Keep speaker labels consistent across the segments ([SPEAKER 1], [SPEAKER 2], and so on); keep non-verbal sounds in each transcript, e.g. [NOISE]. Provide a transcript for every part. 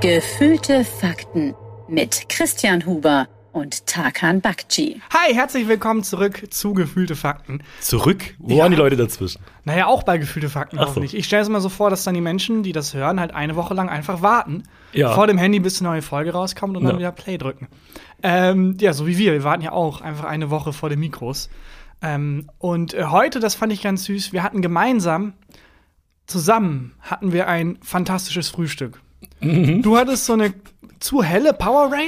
[SPEAKER 1] Gefühlte Fakten mit Christian Huber und Tarkan Bakci.
[SPEAKER 2] Hi, herzlich willkommen zurück zu Gefühlte Fakten.
[SPEAKER 3] Zurück? Wo waren die Leute dazwischen?
[SPEAKER 2] Naja, auch bei Gefühlte Fakten
[SPEAKER 3] Ach so.
[SPEAKER 2] hoffentlich. Ich stelle es mal so vor, dass dann die Menschen, die das hören, halt eine Woche lang einfach warten.
[SPEAKER 3] Ja.
[SPEAKER 2] Vor dem Handy, bis eine neue Folge rauskommt und dann
[SPEAKER 3] Ja.
[SPEAKER 2] wieder Play drücken. Ähm, ja, so wie wir. Wir warten ja auch einfach eine Woche vor den Mikros. Ähm, und äh, heute, das fand ich ganz süß, wir hatten gemeinsam, zusammen hatten wir ein fantastisches Frühstück.
[SPEAKER 3] Mhm.
[SPEAKER 2] Du hattest so eine zu helle Powerade,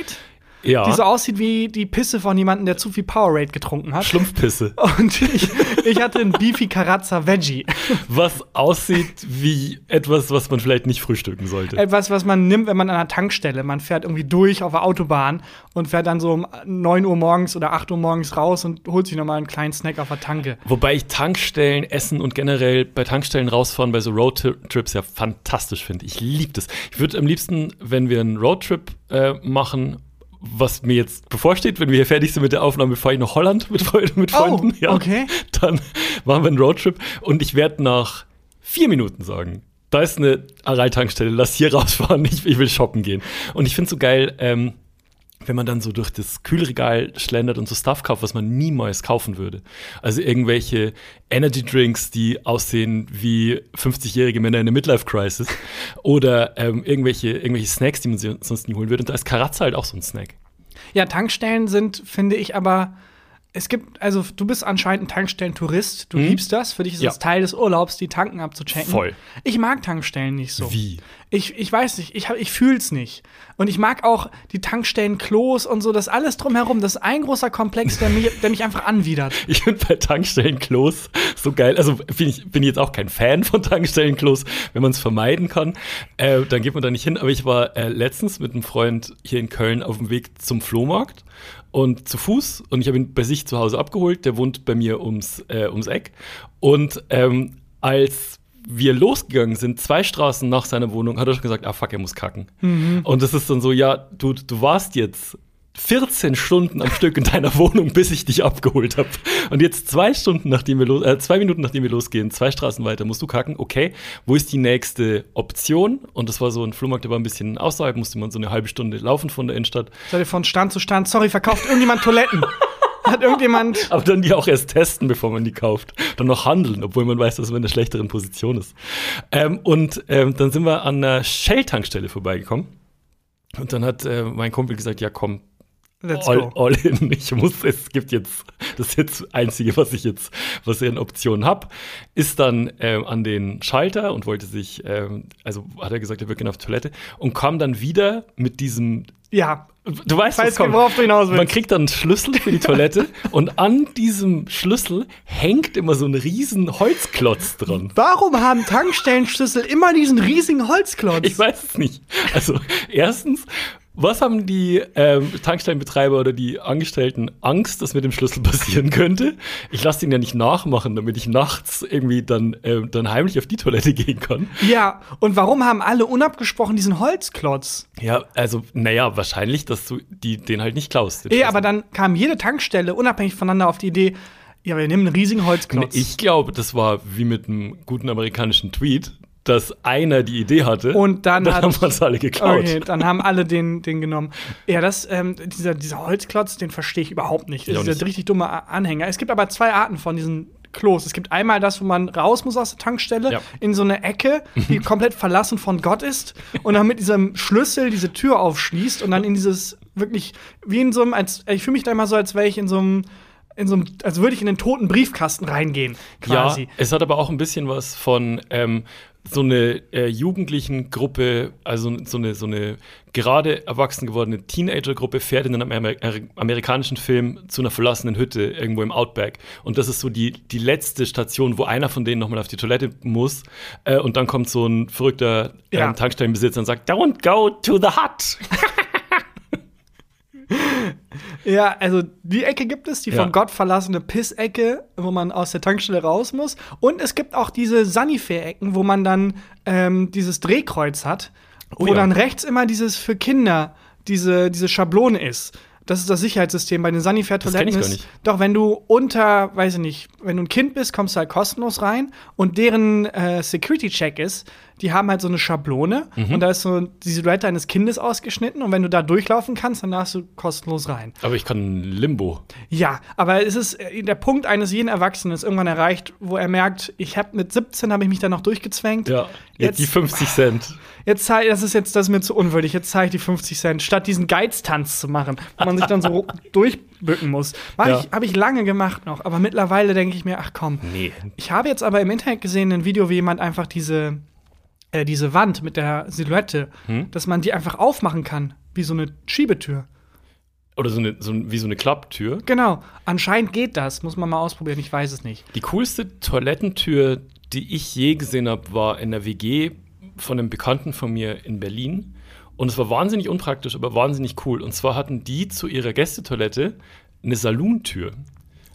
[SPEAKER 3] Ja.
[SPEAKER 2] die so aussieht wie die Pisse von jemandem, der zu viel Powerade getrunken hat.
[SPEAKER 3] Schlumpfpisse.
[SPEAKER 2] Und ich, ich hatte ein Beefy Karazza Veggie.
[SPEAKER 3] Was aussieht wie etwas, was man vielleicht nicht frühstücken sollte.
[SPEAKER 2] Etwas, was man nimmt, wenn man an einer Tankstelle, man fährt irgendwie durch auf der Autobahn und fährt dann so um 9 Uhr morgens oder 8 Uhr morgens raus und holt sich nochmal einen kleinen Snack auf der Tanke.
[SPEAKER 3] Wobei ich Tankstellen essen und generell bei Tankstellen rausfahren bei so Roadtrips ja fantastisch finde. Ich liebe das. Ich würde am liebsten, wenn wir einen Roadtrip äh, machen, was mir jetzt bevorsteht, wenn wir hier fertig sind mit der Aufnahme, fahre ich nach Holland mit, Freu mit
[SPEAKER 2] Oh,
[SPEAKER 3] Freunden.
[SPEAKER 2] okay.
[SPEAKER 3] Dann machen wir einen Roadtrip und ich werde nach vier Minuten sagen, da ist eine Aral-Tankstelle, lass hier rausfahren, ich, ich will shoppen gehen. Und ich finde es so geil, ähm, wenn man dann so durch das Kühlregal schlendert und so Stuff kauft, was man niemals kaufen würde. Also irgendwelche Energy Drinks, die aussehen wie 50-jährige Männer in einer Midlife Crisis [LAUGHS] oder ähm, irgendwelche, irgendwelche Snacks, die man si- sonst nie holen würde. Und da ist Karatze halt auch so ein Snack.
[SPEAKER 2] Ja, Tankstellen sind, finde ich, aber. Es gibt, also du bist anscheinend ein Tankstellen-Tourist, du liebst das, für dich ist
[SPEAKER 3] Hm? Ja.
[SPEAKER 2] es Teil des Urlaubs, die Tanken abzuchecken.
[SPEAKER 3] Voll.
[SPEAKER 2] Ich mag Tankstellen nicht so.
[SPEAKER 3] Wie?
[SPEAKER 2] Ich, ich weiß nicht, ich, hab- ich fühl's nicht. Und ich mag auch die Tankstellen, Klos und so, das alles drumherum. Das ist ein großer Komplex, der mich, der mich einfach anwidert.
[SPEAKER 3] Ich finde bei Tankstellenklos so geil. Also bin ich bin jetzt auch kein Fan von Tankstellenklos, wenn man es vermeiden kann, äh, dann geht man da nicht hin. Aber ich war äh, letztens mit einem Freund hier in Köln auf dem Weg zum Flohmarkt und zu Fuß und ich habe ihn bei sich zu Hause abgeholt. Der wohnt bei mir ums äh, ums Eck und ähm, als wir losgegangen sind, zwei Straßen nach seiner Wohnung, hat er schon gesagt, ah fuck, er muss kacken. Und das ist dann so, ja, du, du warst jetzt 14 Stunden am Stück in deiner Wohnung, bis ich dich abgeholt habe. Und jetzt zwei Stunden, nachdem wir los, äh, zwei Minuten, nachdem wir losgehen, zwei Straßen weiter, musst du kacken. Okay, wo ist die nächste Option? Und das war so ein Flohmarkt, der war ein bisschen außerhalb, musste man so eine halbe Stunde laufen von der Innenstadt.
[SPEAKER 2] Seid ihr von Stand zu Stand, sorry, verkauft irgendjemand Toiletten? Hat irgendjemand.
[SPEAKER 3] Aber dann die auch erst testen, bevor man die kauft. Dann noch handeln, obwohl man weiß, dass man in einer schlechteren Position ist. Ähm, und ähm, dann sind wir an einer Shell-Tankstelle vorbeigekommen. Und dann hat äh, mein Kumpel gesagt, ja komm,
[SPEAKER 2] Let's
[SPEAKER 3] all,
[SPEAKER 2] go.
[SPEAKER 3] all in. Ich muss, es gibt jetzt, das ist jetzt das Einzige, was ich jetzt, was ich an Optionen habe. Ist dann ähm, an den Schalter und wollte sich, ähm, also hat er gesagt, er wird gerne auf Toilette und kam dann wieder mit diesem
[SPEAKER 2] Ja.
[SPEAKER 3] Du weißt,
[SPEAKER 2] Weiß,
[SPEAKER 3] was kommt.
[SPEAKER 2] worauf du hinaus willst.
[SPEAKER 3] Man kriegt dann einen Schlüssel für
[SPEAKER 2] [LAUGHS]
[SPEAKER 3] die Toilette und an diesem Schlüssel hängt immer so ein riesen Holzklotz dran.
[SPEAKER 2] Warum haben Tankstellenschlüssel immer diesen riesigen Holzklotz?
[SPEAKER 3] Ich weiß es nicht. Also, erstens, was haben die ähm, Tankstellenbetreiber oder die Angestellten Angst, dass mit dem Schlüssel [LAUGHS] passieren könnte? Ich lasse ihn ja nicht nachmachen, damit ich nachts irgendwie dann, ähm, dann heimlich auf die Toilette [LAUGHS] gehen kann.
[SPEAKER 2] ja, und warum haben alle unabgesprochen diesen Holzklotz?
[SPEAKER 3] Ja, also, naja, wahrscheinlich, dass du die, den halt nicht klaust. den
[SPEAKER 2] Eh,
[SPEAKER 3] Schlüssel.
[SPEAKER 2] aber dann kam jede Tankstelle unabhängig voneinander auf die Idee, ja, wir nehmen einen riesigen
[SPEAKER 3] Nee,
[SPEAKER 2] Holzklotz.
[SPEAKER 3] Ich glaube, das war wie mit einem guten amerikanischen Tweet, dass einer die Idee hatte
[SPEAKER 2] Und dann hat-
[SPEAKER 3] haben wir es alle geklaut.
[SPEAKER 2] Okay, dann haben alle den, den genommen. Ja, das, ähm, dieser, dieser Holzklotz, den verstehe ich überhaupt nicht. Das
[SPEAKER 3] Ich auch
[SPEAKER 2] ist der
[SPEAKER 3] nicht.
[SPEAKER 2] richtig dumme A- Anhänger. Es gibt aber zwei Arten von diesen Klos. Es gibt einmal das, wo man raus muss aus der Tankstelle,
[SPEAKER 3] Ja.
[SPEAKER 2] in so eine Ecke,
[SPEAKER 3] [LAUGHS]
[SPEAKER 2] die komplett verlassen von Gott ist und dann mit diesem Schlüssel diese Tür aufschließt und dann in dieses wirklich, wie in so einem, als, ich fühle mich da immer so, als wäre ich in so einem, in so einem, als würde ich in den toten Briefkasten reingehen, quasi.
[SPEAKER 3] Ja, es hat aber auch ein bisschen was von ähm, so eine äh, jugendlichen Gruppe, also so eine, so eine gerade erwachsen gewordene Teenager-Gruppe fährt in einem Amer Amer- amerikanischen Film zu einer verlassenen Hütte irgendwo im Outback. Und das ist so die, die letzte Station, wo einer von denen nochmal auf die Toilette muss. Äh, und dann kommt so ein verrückter ähm,
[SPEAKER 2] Ja.
[SPEAKER 3] Tankstellenbesitzer und sagt, don't go to the hut.
[SPEAKER 2] Ja, also die Ecke gibt es, die
[SPEAKER 3] Ja.
[SPEAKER 2] vom Gott verlassene Pissecke, wo man aus der Tankstelle raus muss. Und es gibt auch diese Sanifair-Ecken, wo man dann ähm, dieses Drehkreuz hat, wo
[SPEAKER 3] Oh ja.
[SPEAKER 2] dann rechts immer dieses für Kinder, diese, diese Schablone ist. Das ist das Sicherheitssystem bei den Sanifair-Toiletten.
[SPEAKER 3] Das kenn ich
[SPEAKER 2] ist-
[SPEAKER 3] gar nicht.
[SPEAKER 2] Doch, wenn du unter, weiß ich nicht, wenn du ein Kind bist, kommst du halt kostenlos rein und deren äh, Security-Check ist, die haben halt so eine Schablone
[SPEAKER 3] Mhm.
[SPEAKER 2] und da ist so die Silhouette eines Kindes ausgeschnitten und wenn du da durchlaufen kannst, dann darfst du kostenlos rein.
[SPEAKER 3] Aber ich kann Limbo.
[SPEAKER 2] Ja, aber es ist äh, der Punkt eines jeden Erwachsenen ist irgendwann erreicht, wo er merkt, ich habe mit 17 habe ich mich da noch durchgezwängt.
[SPEAKER 3] Ja,
[SPEAKER 2] Jetzt-
[SPEAKER 3] jetzt, die 50 Cent.
[SPEAKER 2] Jetzt zahl, das ist jetzt das ist mir zu unwürdig. Jetzt zahle ich die 50 Cent statt diesen Geiztanz zu machen, wo man sich dann
[SPEAKER 3] [LAUGHS]
[SPEAKER 2] so durchbücken muss. Mach
[SPEAKER 3] Ja.
[SPEAKER 2] ich, habe ich lange gemacht noch, aber mittlerweile denke ich mir, ach komm.
[SPEAKER 3] Nee.
[SPEAKER 2] Ich habe jetzt aber im Internet gesehen ein Video, wie jemand einfach diese äh, diese Wand mit der Silhouette,
[SPEAKER 3] Hm?
[SPEAKER 2] dass man die einfach aufmachen kann, wie so eine Schiebetür.
[SPEAKER 3] Oder so eine, so, ein- wie so eine Klapptür.
[SPEAKER 2] Genau. Anscheinend geht das. Muss man mal ausprobieren. Ich weiß es nicht.
[SPEAKER 3] Die coolste Toilettentür, die ich je gesehen habe, war in der WG von einem Bekannten von mir in Berlin. Und es war wahnsinnig unpraktisch, aber wahnsinnig cool. Und zwar hatten die zu ihrer Gästetoilette eine Saluntür.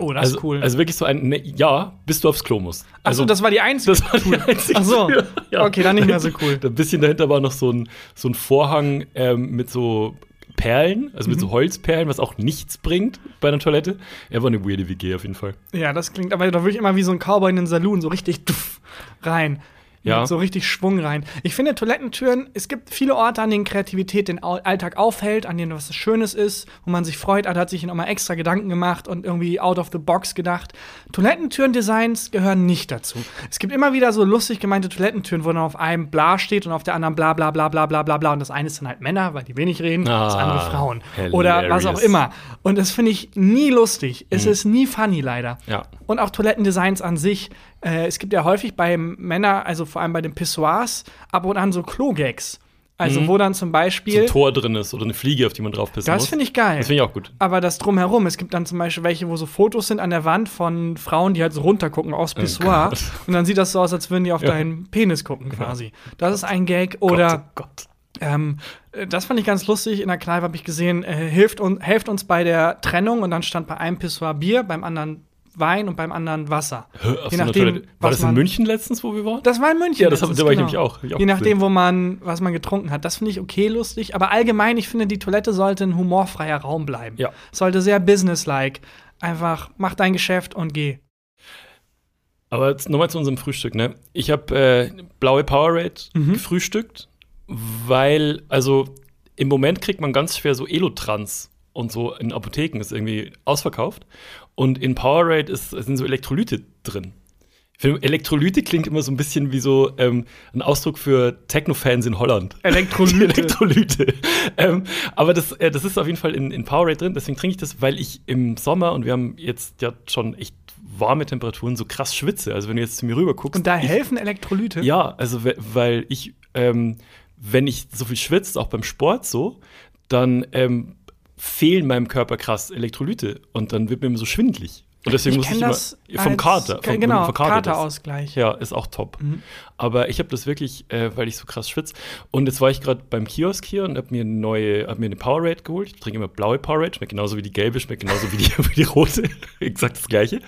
[SPEAKER 2] Oh, das
[SPEAKER 3] Also,
[SPEAKER 2] ist cool.
[SPEAKER 3] also wirklich so ein, ne, ja, bis du aufs Klo musst.
[SPEAKER 2] Achso,
[SPEAKER 3] Also,
[SPEAKER 2] das war die einzige.
[SPEAKER 3] das war die einzige
[SPEAKER 2] Ach so.
[SPEAKER 3] Tür.
[SPEAKER 2] Okay, dann nicht mehr so cool.
[SPEAKER 3] Ein bisschen dahinter war noch so ein, so ein Vorhang ähm, mit so Perlen, also
[SPEAKER 2] Mhm.
[SPEAKER 3] mit so Holzperlen, was auch nichts bringt bei einer Toilette. Er war eine weirde WG auf jeden Fall.
[SPEAKER 2] ja, das klingt aber da würde ich immer wie so ein Cowboy in den Saloon, so richtig tuff, rein.
[SPEAKER 3] Ja.
[SPEAKER 2] Mit so richtig Schwung rein. Ich finde Toilettentüren, es gibt viele Orte, an denen Kreativität den Au- Alltag aufhält, an denen was Schönes ist, wo man sich freut, ah, da hat sich nochmal extra Gedanken gemacht und irgendwie out of the box gedacht. Toilettentüren-Designs gehören nicht dazu. Es gibt immer wieder so lustig gemeinte Toilettentüren, wo dann auf einem bla steht und auf der anderen bla bla bla bla bla bla bla und das eine ist dann halt Männer, weil die wenig reden, das
[SPEAKER 3] Ah,
[SPEAKER 2] andere Frauen. Oder was auch
[SPEAKER 3] hilarious.
[SPEAKER 2] immer. Und das finde ich nie lustig. Es ist nie funny, leider.
[SPEAKER 3] Mhm. Ja.
[SPEAKER 2] Und auch Toilettendesigns an sich. Äh, es gibt ja häufig bei Männern, also vor allem bei den Pissoirs, ab und an so Klo-Gags. Also, wo dann zum
[SPEAKER 3] Mhm. So
[SPEAKER 2] Beispiel.
[SPEAKER 3] ein Tor drin ist oder eine Fliege, auf die man drauf pissen muss.
[SPEAKER 2] das finde ich geil.
[SPEAKER 3] Das finde ich auch gut.
[SPEAKER 2] Aber das drumherum, es gibt dann zum Beispiel welche, wo so Fotos sind an der Wand von Frauen, die halt so runtergucken aufs Pissoir.
[SPEAKER 3] Oh Gott.
[SPEAKER 2] und dann sieht das so aus, als würden die auf deinen Penis gucken, quasi. Das ist ein Gag. Oder.
[SPEAKER 3] Oh Gott, oh
[SPEAKER 2] Ähm, äh, das fand ich ganz lustig. In der Kneipe habe ich gesehen, äh, hilft, un helft uns bei der Trennung. Und dann stand bei einem Pissoir Bier, beim anderen Wein und beim anderen Wasser.
[SPEAKER 3] oh Gott. Auf so einer Toilette. War
[SPEAKER 2] was
[SPEAKER 3] das in
[SPEAKER 2] man-
[SPEAKER 3] München letztens, wo wir waren?
[SPEAKER 2] Das war in München.
[SPEAKER 3] Ja, das hab-
[SPEAKER 2] letztens, genau.
[SPEAKER 3] da war ich nämlich auch. Hab ich auch
[SPEAKER 2] Je nachdem,
[SPEAKER 3] gesehen.
[SPEAKER 2] wo man, was man getrunken hat. Das finde ich okay lustig. Aber allgemein, ich finde, die Toilette sollte ein humorfreier Raum bleiben.
[SPEAKER 3] Ja.
[SPEAKER 2] Sollte sehr businesslike. Einfach mach dein Geschäft und
[SPEAKER 3] [LAUGHS]
[SPEAKER 2] geh.
[SPEAKER 3] Aber jetzt nochmal zu unserem Frühstück, ne? Ich habe äh, blaue Powerade
[SPEAKER 2] Mhm.
[SPEAKER 3] gefrühstückt, weil, also im Moment kriegt man ganz schwer so Elotrans und so in Apotheken ist irgendwie ausverkauft. Und in Powerade ist, sind so Elektrolyte drin. Ich finde, Elektrolyte klingt immer so ein bisschen wie so ähm, ein Ausdruck für Techno-Fans in Holland. Die
[SPEAKER 2] Elektrolyte.
[SPEAKER 3] [LAUGHS] Elektrolyte. ähm, aber das, äh, das ist auf jeden Fall in, in Powerade drin, deswegen trinke ich das, weil ich im Sommer, und wir haben jetzt ja schon echt warme Temperaturen, so krass schwitze. Also wenn du jetzt zu mir rüber guckst.
[SPEAKER 2] und da
[SPEAKER 3] ich,
[SPEAKER 2] helfen Elektrolyte.
[SPEAKER 3] Ja, also we- weil ich, ähm, wenn ich so viel schwitze, auch beim Sport so, dann ähm, fehlen meinem Körper krass Elektrolyte und dann wird mir immer so schwindelig. Und deswegen muss
[SPEAKER 2] kenn
[SPEAKER 3] ich immer vom
[SPEAKER 2] als-
[SPEAKER 3] Kater, vom,
[SPEAKER 2] genau,
[SPEAKER 3] vom Kater das.
[SPEAKER 2] Katerausgleich. Mhm.
[SPEAKER 3] Ja, ist auch top. Aber ich habe das wirklich, äh, weil ich so krass schwitze. Und jetzt war ich gerade beim Kiosk hier und habe mir eine neue, habe mir eine Powerade geholt. Ich trinke immer blaue Powerade, schmeckt genauso wie die gelbe, schmeckt genauso wie die, [LAUGHS] wie die rote. Exakt das gleiche.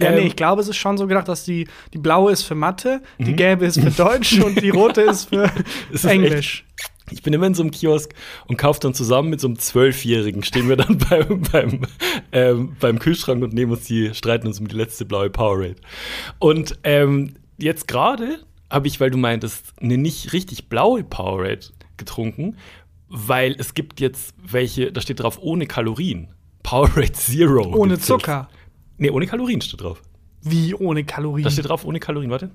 [SPEAKER 2] Ja, nee,
[SPEAKER 3] Ähm,
[SPEAKER 2] ich glaube, es ist schon so gedacht, dass die, die blaue ist für Mathe, die gelbe ist für Deutsch und die rote ist für
[SPEAKER 3] Mhm. [LAUGHS] Es ist
[SPEAKER 2] Englisch.
[SPEAKER 3] Ich bin immer in so einem Kiosk und kaufe dann zusammen mit so einem Zwölfjährigen, stehen wir dann [LAUGHS] beim, beim, ähm, beim Kühlschrank und nehmen uns die, streiten uns um die letzte blaue Powerade. Und ähm, jetzt gerade habe ich, weil du meintest, eine nicht richtig blaue Powerade getrunken, weil es gibt jetzt welche, da steht drauf ohne Kalorien. Powerade Zero.
[SPEAKER 2] Ohne
[SPEAKER 3] gibt's jetzt.
[SPEAKER 2] Zucker.
[SPEAKER 3] Nee, ohne Kalorien steht drauf.
[SPEAKER 2] Wie ohne Kalorien?
[SPEAKER 3] Da steht drauf ohne Kalorien, warte.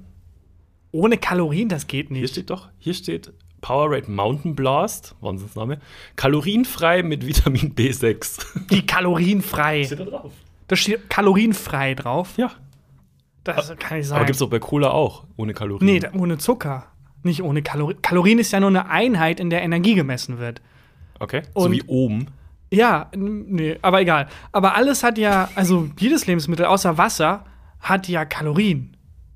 [SPEAKER 2] ohne Kalorien, das geht
[SPEAKER 3] Hier
[SPEAKER 2] nicht.
[SPEAKER 3] steht doch, hier steht Powerade Mountain Blast, Wahnsinnsname, kalorienfrei mit Vitamin B6.
[SPEAKER 2] Die kalorienfrei.
[SPEAKER 3] da drauf?
[SPEAKER 2] Da steht kalorienfrei drauf.
[SPEAKER 3] Ja.
[SPEAKER 2] Das kann ich sagen.
[SPEAKER 3] Aber gibt's doch bei Cola auch, ohne Kalorien.
[SPEAKER 2] nee, da, ohne Zucker. Nicht ohne Kalorien. Kalorien ist ja nur eine Einheit, in der Energie gemessen wird.
[SPEAKER 3] okay. So
[SPEAKER 2] und-
[SPEAKER 3] wie oben.
[SPEAKER 2] Ja, n- nee, aber egal. Aber alles hat ja, also jedes Lebensmittel außer Wasser hat ja Kalorien.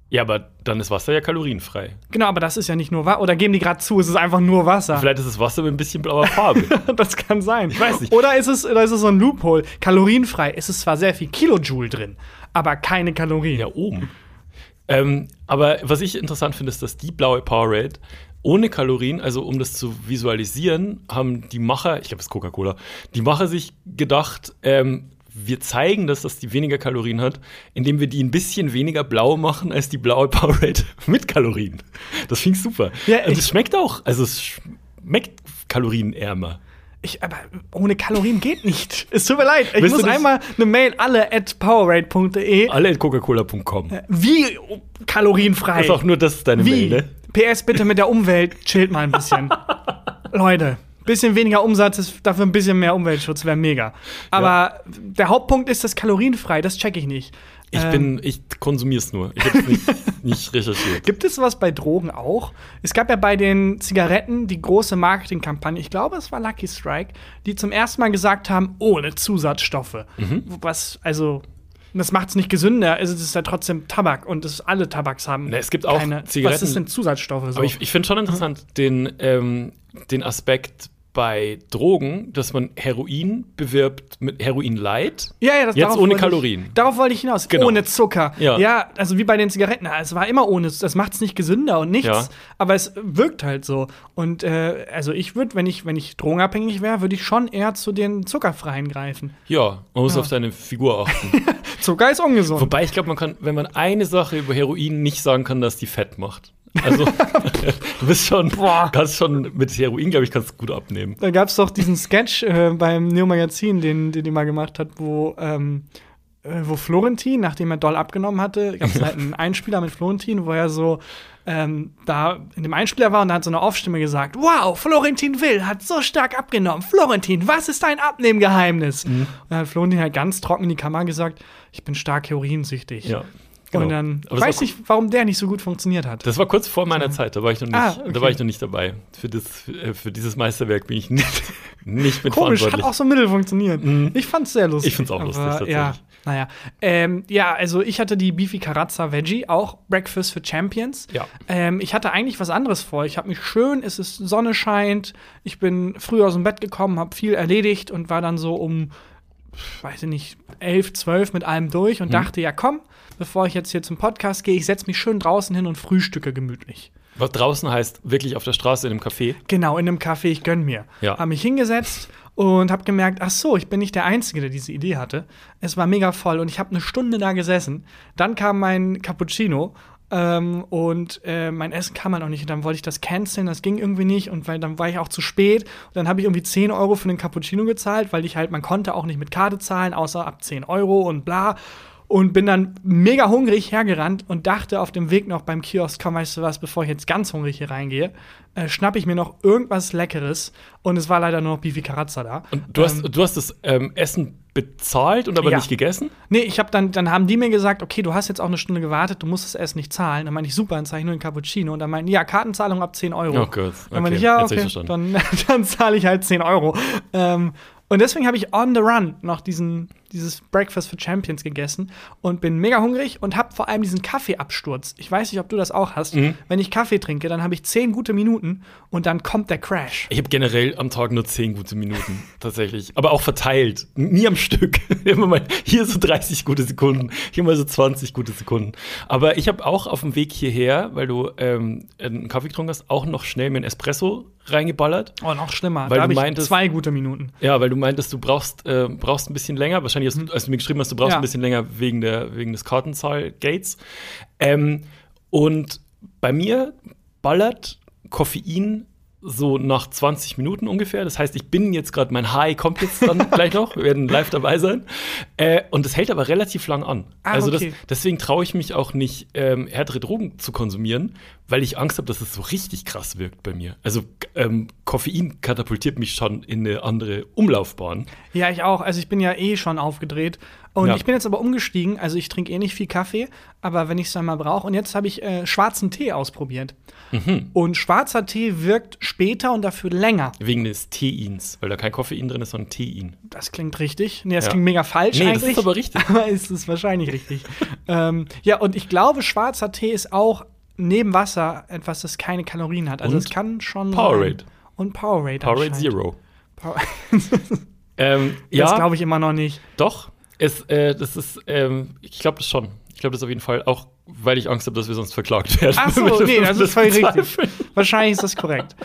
[SPEAKER 3] Ja, aber dann ist Wasser ja kalorienfrei.
[SPEAKER 2] Genau, aber das ist ja nicht nur Wasser. Oder geben die gerade zu, es ist einfach nur Wasser.
[SPEAKER 3] Vielleicht ist es Wasser mit ein bisschen
[SPEAKER 2] [LAUGHS]
[SPEAKER 3] blauer Farbe.
[SPEAKER 2] Das kann sein. Ich
[SPEAKER 3] weiß nicht.
[SPEAKER 2] Oder ist es, oder ist es so ein Loophole? Kalorienfrei. Es ist zwar sehr viel Kilojoule drin, aber keine Kalorien.
[SPEAKER 3] ja, oben. Ähm, aber was ich interessant finde, ist, dass die blaue Powerade ohne Kalorien, also um das zu visualisieren, haben die Macher, ich glaube, es ist Coca-Cola, die Macher sich gedacht, ähm, wir zeigen das, dass die weniger Kalorien hat, indem wir die ein bisschen weniger blau machen als die blaue Powerade [LAUGHS] mit Kalorien. Das finde ich super.
[SPEAKER 2] Ja,
[SPEAKER 3] und
[SPEAKER 2] ich-
[SPEAKER 3] es schmeckt auch, also es schmeckt kalorienärmer.
[SPEAKER 2] Ich, aber ohne Kalorien geht nicht. [LAUGHS] Es tut mir leid. Ich
[SPEAKER 3] Willst du Ah.
[SPEAKER 2] muss
[SPEAKER 3] das-
[SPEAKER 2] einmal eine Mail alle at powerade.de.
[SPEAKER 3] Alle at coca-cola.com.
[SPEAKER 2] Wie kalorienfrei?
[SPEAKER 3] Ist auch nur das deine
[SPEAKER 2] Äh, Wie? Ähm.
[SPEAKER 3] Mail, ne?
[SPEAKER 2] PS bitte mit der Umwelt, chillt mal ein
[SPEAKER 3] [LAUGHS]
[SPEAKER 2] bisschen. Leute, bisschen weniger Umsatz, ist dafür ein bisschen mehr Umweltschutz wäre mega. Aber der Hauptpunkt ist das kalorienfrei, das checke ich nicht.
[SPEAKER 3] Ich
[SPEAKER 2] Ähm,
[SPEAKER 3] bin, ich konsumiere es nur. Ich habe es nicht, nicht recherchiert.
[SPEAKER 2] Gibt es was bei Drogen auch? Es gab ja bei den Zigaretten die große Marketingkampagne, ich glaube, es war Lucky Strike, die zum ersten Mal gesagt haben, ohne Zusatzstoffe.
[SPEAKER 3] Mhm.
[SPEAKER 2] Was, also, das macht es nicht gesünder, es ist ja trotzdem Tabak und es, alle Tabaks haben.
[SPEAKER 3] Na, Ne, es gibt auch Zigaretten-
[SPEAKER 2] Was ist denn Zusatzstoffe? So?
[SPEAKER 3] Aber ich, ich finde schon interessant den, ähm, den Aspekt bei Drogen, dass man Heroin bewirbt mit Heroin Light.
[SPEAKER 2] Ja, ja, das
[SPEAKER 3] Jetzt
[SPEAKER 2] darauf
[SPEAKER 3] ohne
[SPEAKER 2] wollte
[SPEAKER 3] Kalorien.
[SPEAKER 2] Ich, darauf wollte ich hinaus.
[SPEAKER 3] Genau.
[SPEAKER 2] Ohne Zucker.
[SPEAKER 3] Ja.
[SPEAKER 2] also wie bei den Zigaretten. Es war immer ohne. Das macht es nicht gesünder und nichts.
[SPEAKER 3] Ja.
[SPEAKER 2] Aber es wirkt halt so. Und äh, also ich würde, wenn ich, wenn ich drogenabhängig wäre, würde ich schon eher zu den zuckerfreien greifen.
[SPEAKER 3] Ja, man muss auf seine Figur achten.
[SPEAKER 2] [LAUGHS] Zucker ist ungesund.
[SPEAKER 3] Wobei ich glaube, man kann, wenn man eine Sache über Heroin nicht sagen kann, dass die fett macht. Also [LAUGHS] du bist schon, kannst schon mit Heroin, glaube ich, kannst du gut abnehmen.
[SPEAKER 2] Da gab es doch diesen Sketch äh, beim Neo Magazin, den, den die mal gemacht hat, wo, ähm, äh, wo Florentin, nachdem er doll abgenommen hatte,
[SPEAKER 3] [LAUGHS]
[SPEAKER 2] gab es halt einen Einspieler mit Florentin, wo er so ähm, da in dem Einspieler war und da hat so eine Aufstimme gesagt: Wow, Florentin Will hat so stark abgenommen. Florentin, was ist dein Abnehmgeheimnis?
[SPEAKER 3] Mhm.
[SPEAKER 2] Und dann hat Florentin halt ganz trocken in die Kamera gesagt: Ich bin stark heroinsüchtig.
[SPEAKER 3] Ja. genau.
[SPEAKER 2] Und dann
[SPEAKER 3] Aber es
[SPEAKER 2] weiß
[SPEAKER 3] war-
[SPEAKER 2] ich, warum der nicht so gut funktioniert hat.
[SPEAKER 3] Das war kurz vor meiner Zeit, da war ich noch nicht,
[SPEAKER 2] Ah, okay.
[SPEAKER 3] da war ich noch nicht dabei. Für, das, äh, für dieses Meisterwerk bin ich [LAUGHS] nicht, nicht mit
[SPEAKER 2] Komisch, hat
[SPEAKER 3] verantwortlich. Mhm.
[SPEAKER 2] auch so mittel funktioniert. Ich fand's sehr lustig.
[SPEAKER 3] Ich find's auch lustig, tatsächlich.
[SPEAKER 2] Ja, naja. Ähm, ja, also ich hatte die Beefy Carazza Veggie, auch Breakfast for Champions.
[SPEAKER 3] Ja.
[SPEAKER 2] Ähm, ich hatte eigentlich was anderes vor. Ich habe mich schön, es ist Sonne scheint, ich bin früh aus dem Bett gekommen, habe viel erledigt und war dann so um, weiß ich nicht, elf, zwölf mit allem durch und
[SPEAKER 3] Mhm.
[SPEAKER 2] dachte, ja komm, bevor ich jetzt hier zum Podcast gehe, ich setz mich schön draußen hin und frühstücke gemütlich.
[SPEAKER 3] Was draußen heißt, wirklich auf der Straße in einem Café.
[SPEAKER 2] Genau, in einem Café, ich gönn mir.
[SPEAKER 3] Ja.
[SPEAKER 2] Hab mich hingesetzt und hab gemerkt, ach so, ich bin nicht der Einzige, der diese Idee hatte. Es war mega voll und ich habe eine Stunde da gesessen. Dann kam mein Cappuccino ähm, und äh, mein Essen kam halt auch nicht. Und dann wollte ich das canceln, das ging irgendwie nicht und weil, dann war ich auch zu spät. Und dann habe ich irgendwie 10 Euro für den Cappuccino gezahlt, weil ich halt, man konnte auch nicht mit Karte zahlen, außer ab 10 Euro und bla und bin dann mega hungrig hergerannt und dachte auf dem Weg noch beim Kiosk, komm, weißt du was, bevor ich jetzt ganz hungrig hier reingehe, äh, schnapp ich mir noch irgendwas Leckeres und es war leider nur noch Bifi Karazza da.
[SPEAKER 3] Und du hast, du hast das ähm, Essen bezahlt und aber
[SPEAKER 2] Ja.
[SPEAKER 3] nicht gegessen?
[SPEAKER 2] Nee, ich habe dann, dann haben die mir gesagt, okay, du hast jetzt auch eine Stunde gewartet, du musst das Essen nicht zahlen. Dann meinte ich, super, dann zahle ich nur einen Cappuccino. Und dann meinten, die, ja, Kartenzahlung ab 10 Euro.
[SPEAKER 3] Oh Gott,
[SPEAKER 2] Dann meinte
[SPEAKER 3] okay,
[SPEAKER 2] ich, ja,
[SPEAKER 3] jetzt hab
[SPEAKER 2] okay,
[SPEAKER 3] ich
[SPEAKER 2] dann, [LAUGHS] dann zahle ich halt 10 Euro. Ähm, und deswegen habe ich on the run noch diesen, dieses Breakfast for Champions gegessen und bin mega hungrig und habe vor allem diesen Kaffeeabsturz. Ich weiß nicht, ob du das auch hast.
[SPEAKER 3] Mhm.
[SPEAKER 2] Wenn ich Kaffee trinke, dann habe ich 10 gute Minuten und dann kommt der Crash.
[SPEAKER 3] Ich habe generell am Tag nur 10 gute Minuten, [LAUGHS] tatsächlich. Aber auch verteilt. Nie am Stück. [LAUGHS] Immer mal hier so 30 gute Sekunden, hier mal so 20 gute Sekunden. Aber ich habe auch auf dem Weg hierher, weil du ähm, einen Kaffee getrunken hast, auch noch schnell mir einen Espresso reingeballert.
[SPEAKER 2] Oh, noch schlimmer.
[SPEAKER 3] Weil
[SPEAKER 2] da
[SPEAKER 3] du
[SPEAKER 2] habe ich
[SPEAKER 3] meintest-
[SPEAKER 2] zwei gute Minuten.
[SPEAKER 3] Ja, weil du meintest, du brauchst, äh, brauchst ein bisschen länger. Wahrscheinlich, hast du, als du mir geschrieben hast, du brauchst
[SPEAKER 2] Hm. Ja.
[SPEAKER 3] ein bisschen länger wegen, der, wegen des Kartenzahl-Gates. Ähm, und bei mir ballert Koffein so nach 20 Minuten ungefähr. Das heißt, ich bin jetzt gerade, mein High kommt jetzt dann gleich noch. Wir werden live dabei sein. Äh, und das hält aber relativ lang an.
[SPEAKER 2] Ah,
[SPEAKER 3] also
[SPEAKER 2] okay.
[SPEAKER 3] das, deswegen traue ich mich auch nicht, ähm, härtere Drogen zu konsumieren, weil ich Angst habe, dass es so richtig krass wirkt bei mir. Also k- ähm, Koffein katapultiert mich schon in eine andere Umlaufbahn.
[SPEAKER 2] Ja, ich auch. Also ich bin ja eh schon aufgedreht. Und
[SPEAKER 3] Ja.
[SPEAKER 2] ich bin jetzt aber umgestiegen. Also ich trinke eh nicht viel Kaffee, aber wenn ich es dann mal brauche. Und jetzt habe ich äh, schwarzen Tee ausprobiert.
[SPEAKER 3] Mhm.
[SPEAKER 2] Und schwarzer Tee wirkt später und dafür länger.
[SPEAKER 3] Wegen des Teins, weil da kein Koffein drin ist, sondern Tein.
[SPEAKER 2] Das klingt richtig. Nee, das
[SPEAKER 3] Ja.
[SPEAKER 2] klingt mega falsch
[SPEAKER 3] Nee, das
[SPEAKER 2] eigentlich.
[SPEAKER 3] ist aber
[SPEAKER 2] [LAUGHS]
[SPEAKER 3] richtig.
[SPEAKER 2] Aber es ist wahrscheinlich
[SPEAKER 3] [LAUGHS]
[SPEAKER 2] richtig. ähm, ja, und ich glaube, schwarzer Tee ist auch neben Wasser etwas, das keine Kalorien hat. Also
[SPEAKER 3] Und
[SPEAKER 2] es kann schon.
[SPEAKER 3] Powerade.
[SPEAKER 2] Und Powerade.
[SPEAKER 3] Powerade
[SPEAKER 2] anscheinend.
[SPEAKER 3] Zero.
[SPEAKER 2] Power- [LAUGHS]
[SPEAKER 3] Ähm, ja,
[SPEAKER 2] Das glaube ich immer noch nicht.
[SPEAKER 3] doch. Es, äh, das ist, ähm, ich glaube das schon. Ich glaube das auf jeden Fall. Auch weil ich Angst habe, dass wir sonst verklagt werden.
[SPEAKER 2] Ach so,
[SPEAKER 3] [LAUGHS] Wenn wir
[SPEAKER 2] nee, das ist voll richtig.
[SPEAKER 3] bezahlen.
[SPEAKER 2] Wahrscheinlich ist das korrekt.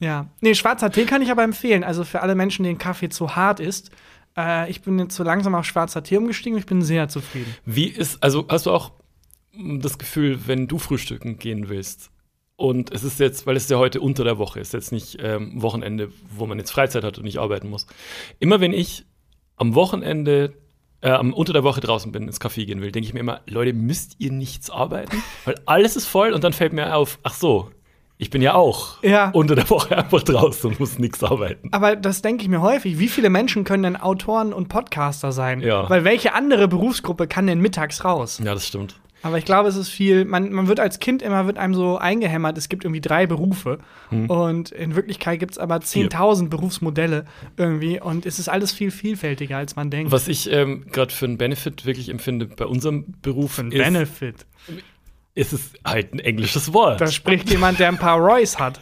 [SPEAKER 2] Ja. Nee, schwarzer Tee kann ich aber empfehlen. Also für alle Menschen, denen Kaffee zu hart ist. Äh, ich bin jetzt so langsam auf schwarzer Tee umgestiegen und ich bin sehr zufrieden.
[SPEAKER 3] Wie ist, also hast du auch mm, das Gefühl, wenn du frühstücken gehen willst und es ist jetzt, weil es ja heute unter der Woche ist, jetzt nicht ähm, Wochenende, wo man jetzt Freizeit hat und nicht arbeiten muss. Immer wenn ich am Wochenende, äh, am unter der Woche draußen bin, ins Café gehen will, denke ich mir immer, Leute, müsst ihr nichts arbeiten? Weil alles ist voll und dann fällt mir auf, ach so, ich bin ja auch
[SPEAKER 2] Ja.
[SPEAKER 3] unter der Woche einfach draußen und muss nichts arbeiten.
[SPEAKER 2] Aber das denke ich mir häufig. Wie viele Menschen können denn Autoren und Podcaster sein?
[SPEAKER 3] Ja.
[SPEAKER 2] Weil welche andere Berufsgruppe kann denn mittags raus?
[SPEAKER 3] Ja, das stimmt.
[SPEAKER 2] Aber ich glaube, es ist viel, man, man wird als Kind immer, wird einem so eingehämmert, es gibt irgendwie drei Berufe.
[SPEAKER 3] Hm.
[SPEAKER 2] Und in Wirklichkeit gibt es aber 10.000 Berufsmodelle irgendwie. Und es ist alles viel vielfältiger, als man denkt.
[SPEAKER 3] Was ich ähm, gerade für einen Benefit wirklich empfinde bei unserem Beruf,
[SPEAKER 2] ein
[SPEAKER 3] ist,
[SPEAKER 2] Benefit.
[SPEAKER 3] ist es halt ein englisches Wort.
[SPEAKER 2] Da spricht jemand, der ein paar Roys
[SPEAKER 3] [LAUGHS]
[SPEAKER 2] hat.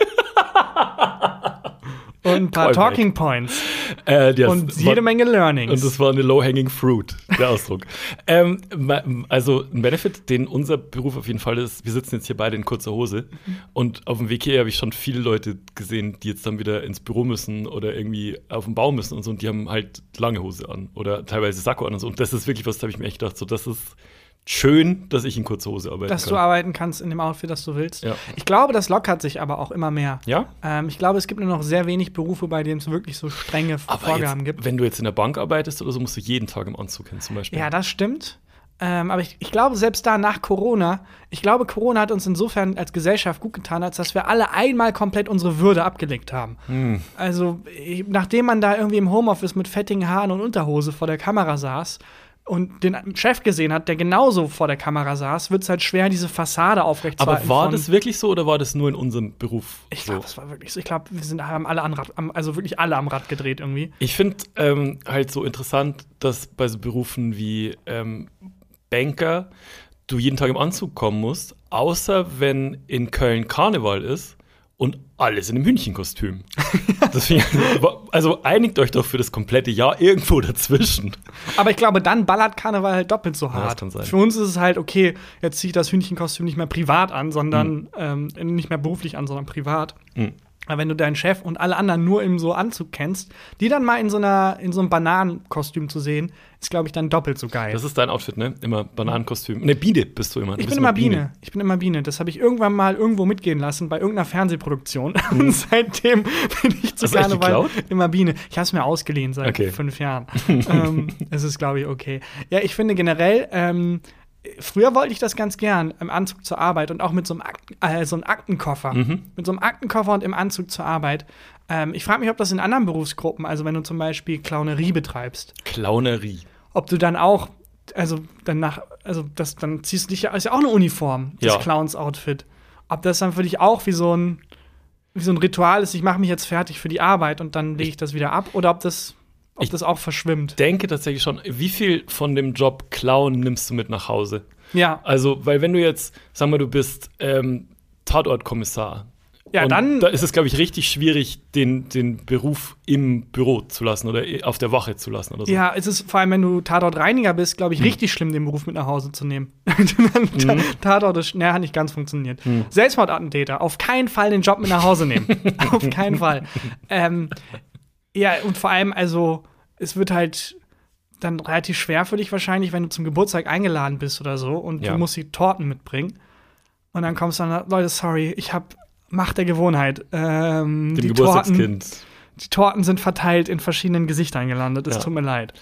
[SPEAKER 2] Und ein paar
[SPEAKER 3] Callback.
[SPEAKER 2] Talking Points.
[SPEAKER 3] Äh, das
[SPEAKER 2] Und
[SPEAKER 3] war-
[SPEAKER 2] jede Menge
[SPEAKER 3] Und
[SPEAKER 2] Learnings.
[SPEAKER 3] das war eine low-hanging fruit, der
[SPEAKER 2] [LAUGHS]
[SPEAKER 3] Ausdruck. ähm, ma- also ein Benefit, den unser Beruf auf jeden Fall ist, wir sitzen jetzt hier beide in kurzer Hose.
[SPEAKER 2] Mhm.
[SPEAKER 3] Und auf dem Weg hierher habe ich schon viele Leute gesehen, die jetzt dann wieder ins Büro müssen oder irgendwie auf den Bau müssen und so. Und die haben halt lange Hose an oder teilweise Sakko an und so. Und das ist wirklich was, da habe ich mir echt gedacht, so das ist schön, dass ich in kurzer Hose arbeite.
[SPEAKER 2] dass
[SPEAKER 3] kann.
[SPEAKER 2] du arbeiten kannst in dem Outfit, das du willst.
[SPEAKER 3] Ja.
[SPEAKER 2] Ich glaube, das lockert sich aber auch immer mehr.
[SPEAKER 3] ja?
[SPEAKER 2] Ähm, ich glaube, es gibt nur noch sehr wenig Berufe, bei denen es wirklich so strenge
[SPEAKER 3] Aber
[SPEAKER 2] Vorgaben gibt.
[SPEAKER 3] jetzt, wenn du jetzt in der Bank arbeitest oder so, musst du jeden Tag im Anzug hin zum Beispiel.
[SPEAKER 2] Ja, das stimmt. Ähm, aber ich, ich glaube, selbst da nach Corona, ich glaube, Corona hat uns insofern als Gesellschaft gut getan, als dass wir alle einmal komplett unsere Würde abgelegt haben.
[SPEAKER 3] Hm.
[SPEAKER 2] Also, eh, nachdem man da irgendwie im Homeoffice mit fettigen Haaren und Unterhose vor der Kamera saß und den Chef gesehen hat, der genauso vor der Kamera saß, wird es halt schwer, diese Fassade aufrechtzuerhalten.
[SPEAKER 3] Aber war
[SPEAKER 2] von-
[SPEAKER 3] das wirklich so oder war das nur in unserem Beruf
[SPEAKER 2] Ich
[SPEAKER 3] so?
[SPEAKER 2] glaube, es war wirklich so. Ich glaube, wir sind, haben alle am Rad, am, also wirklich alle am Rad gedreht irgendwie.
[SPEAKER 3] Ich finde ähm, halt so interessant, dass bei so Berufen wie ähm, Banker du jeden Tag im Anzug kommen musst, außer wenn in Köln Karneval ist und alles in einem [LAUGHS] Hühnchenkostüm. Das find ich, also einigt euch doch für das komplette Jahr irgendwo dazwischen.
[SPEAKER 2] Aber ich glaube, dann ballert Karneval halt doppelt so hart.
[SPEAKER 3] das kann sein.
[SPEAKER 2] Für uns ist es halt, okay, jetzt ziehe ich das Hühnchenkostüm nicht mehr privat an,
[SPEAKER 3] Mhm.
[SPEAKER 2] sondern ähm, nicht mehr beruflich an, sondern privat. Aber wenn du deinen Chef und alle anderen nur im so Anzug kennst, die dann mal in so, einer, in so einem Bananenkostüm zu sehen, ist, glaube ich, dann doppelt so geil.
[SPEAKER 3] Das ist dein Outfit, ne? Immer Bananenkostüm. Ne, Biene bist du immer. Du
[SPEAKER 2] ich
[SPEAKER 3] bist
[SPEAKER 2] bin immer Biene. Ich bin immer Biene. Das habe ich irgendwann mal irgendwo mitgehen lassen bei irgendeiner Fernsehproduktion. [LAUGHS] Und seitdem bin ich zu
[SPEAKER 3] Mhm. Hast du echt
[SPEAKER 2] Karneval
[SPEAKER 3] geklaut?
[SPEAKER 2] immer Biene. Ich habe es mir ausgeliehen seit
[SPEAKER 3] Okay.
[SPEAKER 2] fünf
[SPEAKER 3] [LAUGHS]
[SPEAKER 2] Jahren. ähm, es ist, glaube ich, okay. Ja, ich finde generell, ähm, früher wollte ich das ganz gern, im Anzug zur Arbeit und auch mit so einem, Akten, äh, so einem Aktenkoffer.
[SPEAKER 3] Mhm.
[SPEAKER 2] Mit so einem Aktenkoffer und im Anzug zur Arbeit. Ähm, ich frage mich, ob das in anderen Berufsgruppen, also wenn du zum Beispiel Clownerie betreibst,
[SPEAKER 3] Clownerie.
[SPEAKER 2] ob du dann auch, also dann nach, also das, dann ziehst du dich ja, ist ja auch eine Uniform, das
[SPEAKER 3] Ja.
[SPEAKER 2] Clowns-Outfit. Ob das dann für dich auch wie so ein, wie so ein Ritual ist, ich mache mich jetzt fertig für die Arbeit und dann lege ich das wieder ab, oder ob das, ob
[SPEAKER 3] Ich-
[SPEAKER 2] das auch verschwimmt.
[SPEAKER 3] Denke tatsächlich schon, wie viel von dem Job Clown nimmst du mit nach Hause?
[SPEAKER 2] Ja,
[SPEAKER 3] Also, weil wenn du jetzt, sagen wir, du bist ähm, Tatortkommissar.
[SPEAKER 2] Ja,
[SPEAKER 3] und
[SPEAKER 2] dann-
[SPEAKER 3] Da ist es, glaube ich, richtig schwierig, den, den Beruf im Büro zu lassen oder i- auf der Wache zu lassen oder so.
[SPEAKER 2] ja, es ist vor allem, wenn du Tatortreiniger bist, glaube ich,
[SPEAKER 3] Hm.
[SPEAKER 2] richtig schlimm, den Beruf mit nach Hause zu nehmen. [LAUGHS] Dann Tatort ist, naja, hat nicht ganz funktioniert.
[SPEAKER 3] Hm.
[SPEAKER 2] Selbstmordattentäter, auf keinen Fall den Job mit nach Hause
[SPEAKER 3] [LAUGHS]
[SPEAKER 2] nehmen. auf keinen Fall. Ähm, Ja, und vor allem, also, es wird halt dann relativ schwer für dich wahrscheinlich, wenn du zum Geburtstag eingeladen bist oder so und
[SPEAKER 3] Ja.
[SPEAKER 2] du musst die Torten mitbringen. Und dann kommst du dann, Leute, sorry, ich hab Macht der Gewohnheit. Ähm, die,
[SPEAKER 3] Dem
[SPEAKER 2] Torten,
[SPEAKER 3] Geburtstagskind.
[SPEAKER 2] die Torten sind verteilt in verschiedenen Gesichtern gelandet. Es
[SPEAKER 3] Ja.
[SPEAKER 2] tut mir leid.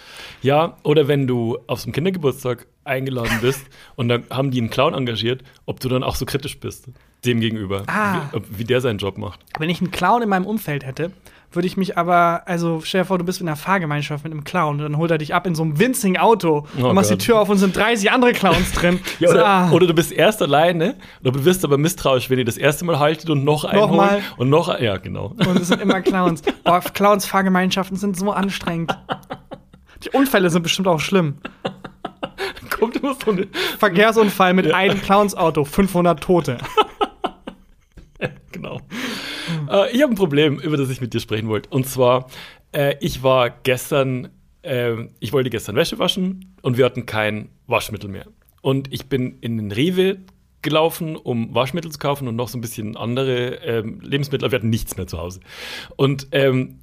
[SPEAKER 3] Ja, oder wenn du auf so einem Kindergeburtstag
[SPEAKER 2] [LAUGHS]
[SPEAKER 3] eingeladen bist und dann haben die einen Clown engagiert, ob du dann auch so kritisch bist dem gegenüber,
[SPEAKER 2] Ah.
[SPEAKER 3] wie, ob, wie der seinen Job macht.
[SPEAKER 2] Wenn ich einen Clown in meinem Umfeld hätte, würde ich mich aber, also stell dir vor, du bist in einer Fahrgemeinschaft mit einem Clown und dann holt er dich ab in so einem winzigen Auto
[SPEAKER 3] Oh
[SPEAKER 2] und machst
[SPEAKER 3] Gott.
[SPEAKER 2] die Tür auf und sind 30 andere Clowns drin.
[SPEAKER 3] [LAUGHS] Ja,
[SPEAKER 2] So,
[SPEAKER 3] oder,
[SPEAKER 2] ah.
[SPEAKER 3] oder du bist erst alleine, oder du wirst aber misstrauisch, wenn ihr das erste Mal haltet und noch einen
[SPEAKER 2] Nochmal.
[SPEAKER 3] holt und noch ein- ja genau.
[SPEAKER 2] Und es sind immer Clowns. Boah, Clowns-Fahrgemeinschaften sind so anstrengend. Die Unfälle sind bestimmt auch schlimm.
[SPEAKER 3] [LAUGHS] Kommt immer so eine
[SPEAKER 2] Verkehrsunfall mit einem Clowns-Auto, 500 Tote.
[SPEAKER 3] Genau. Äh, ich habe ein Problem, über das ich mit dir sprechen wollte. Und zwar, äh, ich war äh, gestern, ähm, ich wollte gestern Wäsche waschen und wir hatten kein Waschmittel mehr. Und ich bin in den Rewe gelaufen, um Waschmittel zu kaufen und noch so ein bisschen andere ähm, Lebensmittel. Aber Wir hatten nichts mehr zu Hause. Und ähm,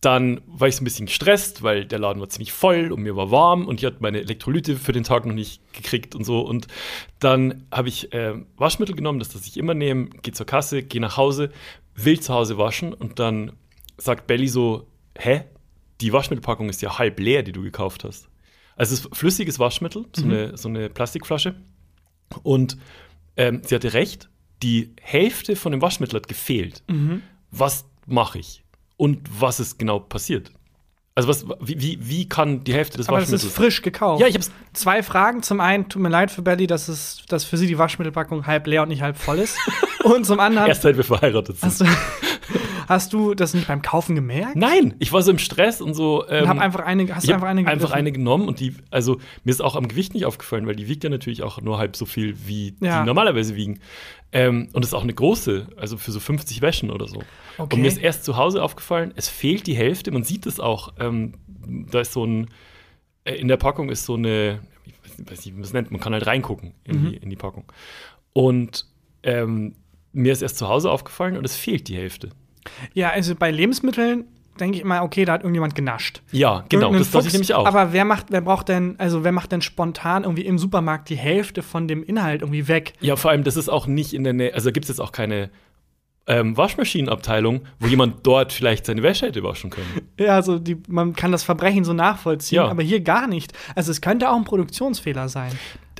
[SPEAKER 3] dann war ich so ein bisschen gestresst, weil der Laden war ziemlich voll und mir war warm und ich hatte meine Elektrolyte für den Tag noch nicht gekriegt und so. Und dann habe ich äh, Waschmittel genommen, das, das ich immer nehme, gehe zur Kasse, gehe nach Hause, will zu Hause waschen und dann sagt Belly so, hä? Die Waschmittelpackung ist ja halb leer, die du gekauft hast. Also es ist flüssiges Waschmittel, so, eine, so eine Plastikflasche. Und ähm, sie hatte recht, die Hälfte von dem Waschmittel hat gefehlt.
[SPEAKER 2] Mhm.
[SPEAKER 3] Was mache ich? Und was ist genau passiert? Also was, wie, wie, wie kann die Hälfte des
[SPEAKER 2] Aber es
[SPEAKER 3] Waschmittels
[SPEAKER 2] ist frisch gekauft.
[SPEAKER 3] Ja, ich hab's-
[SPEAKER 2] Zwei Fragen. Zum einen, tut mir leid für Belly, dass, es, dass für sie die Waschmittelpackung halb leer und nicht halb voll
[SPEAKER 3] [LAUGHS]
[SPEAKER 2] ist. und zum anderen,
[SPEAKER 3] erst seit wir verheiratet sind?
[SPEAKER 2] hast du, [LAUGHS] hast du das nicht beim Kaufen gemerkt?
[SPEAKER 3] Nein, ich war so im Stress und so. Ähm,
[SPEAKER 2] Und hab einfach eine, hast
[SPEAKER 3] ich
[SPEAKER 2] du
[SPEAKER 3] hab
[SPEAKER 2] einfach eine
[SPEAKER 3] einfach
[SPEAKER 2] gegriffen?
[SPEAKER 3] eine genommen und die, also mir ist auch am Gewicht nicht aufgefallen, weil die wiegt ja natürlich auch nur halb so viel, wie
[SPEAKER 2] Ja.
[SPEAKER 3] die normalerweise wiegen. Ähm, und das ist auch eine große, also für so 50 Wäschen oder so.
[SPEAKER 2] Okay.
[SPEAKER 3] Und mir ist erst zu Hause aufgefallen, es fehlt die Hälfte, man sieht es auch. Ähm, da ist so ein, äh, in der Packung ist so eine, ich weiß nicht, weiß nicht, wie man es nennt, man kann halt reingucken in,
[SPEAKER 2] Mhm.
[SPEAKER 3] die, in die Packung. Und ähm, mir ist erst zu Hause aufgefallen und es fehlt die Hälfte.
[SPEAKER 2] Ja, also bei Lebensmitteln denke ich mal, okay, da hat irgendjemand genascht.
[SPEAKER 3] Ja, genau,
[SPEAKER 2] Irgendein
[SPEAKER 3] das dachte ich
[SPEAKER 2] Fuchs.
[SPEAKER 3] nämlich auch.
[SPEAKER 2] Aber wer macht, wer braucht denn, also wer macht denn spontan irgendwie im Supermarkt die Hälfte von dem Inhalt irgendwie weg?
[SPEAKER 3] Ja, vor allem, das ist auch nicht in der Nähe, also gibt es jetzt auch keine ähm, Waschmaschinenabteilung, wo jemand dort vielleicht seine Wäsche hätte waschen können.
[SPEAKER 2] Ja, also die, man kann das Verbrechen so nachvollziehen,
[SPEAKER 3] Ja.
[SPEAKER 2] aber hier gar nicht. Also es könnte auch ein Produktionsfehler sein,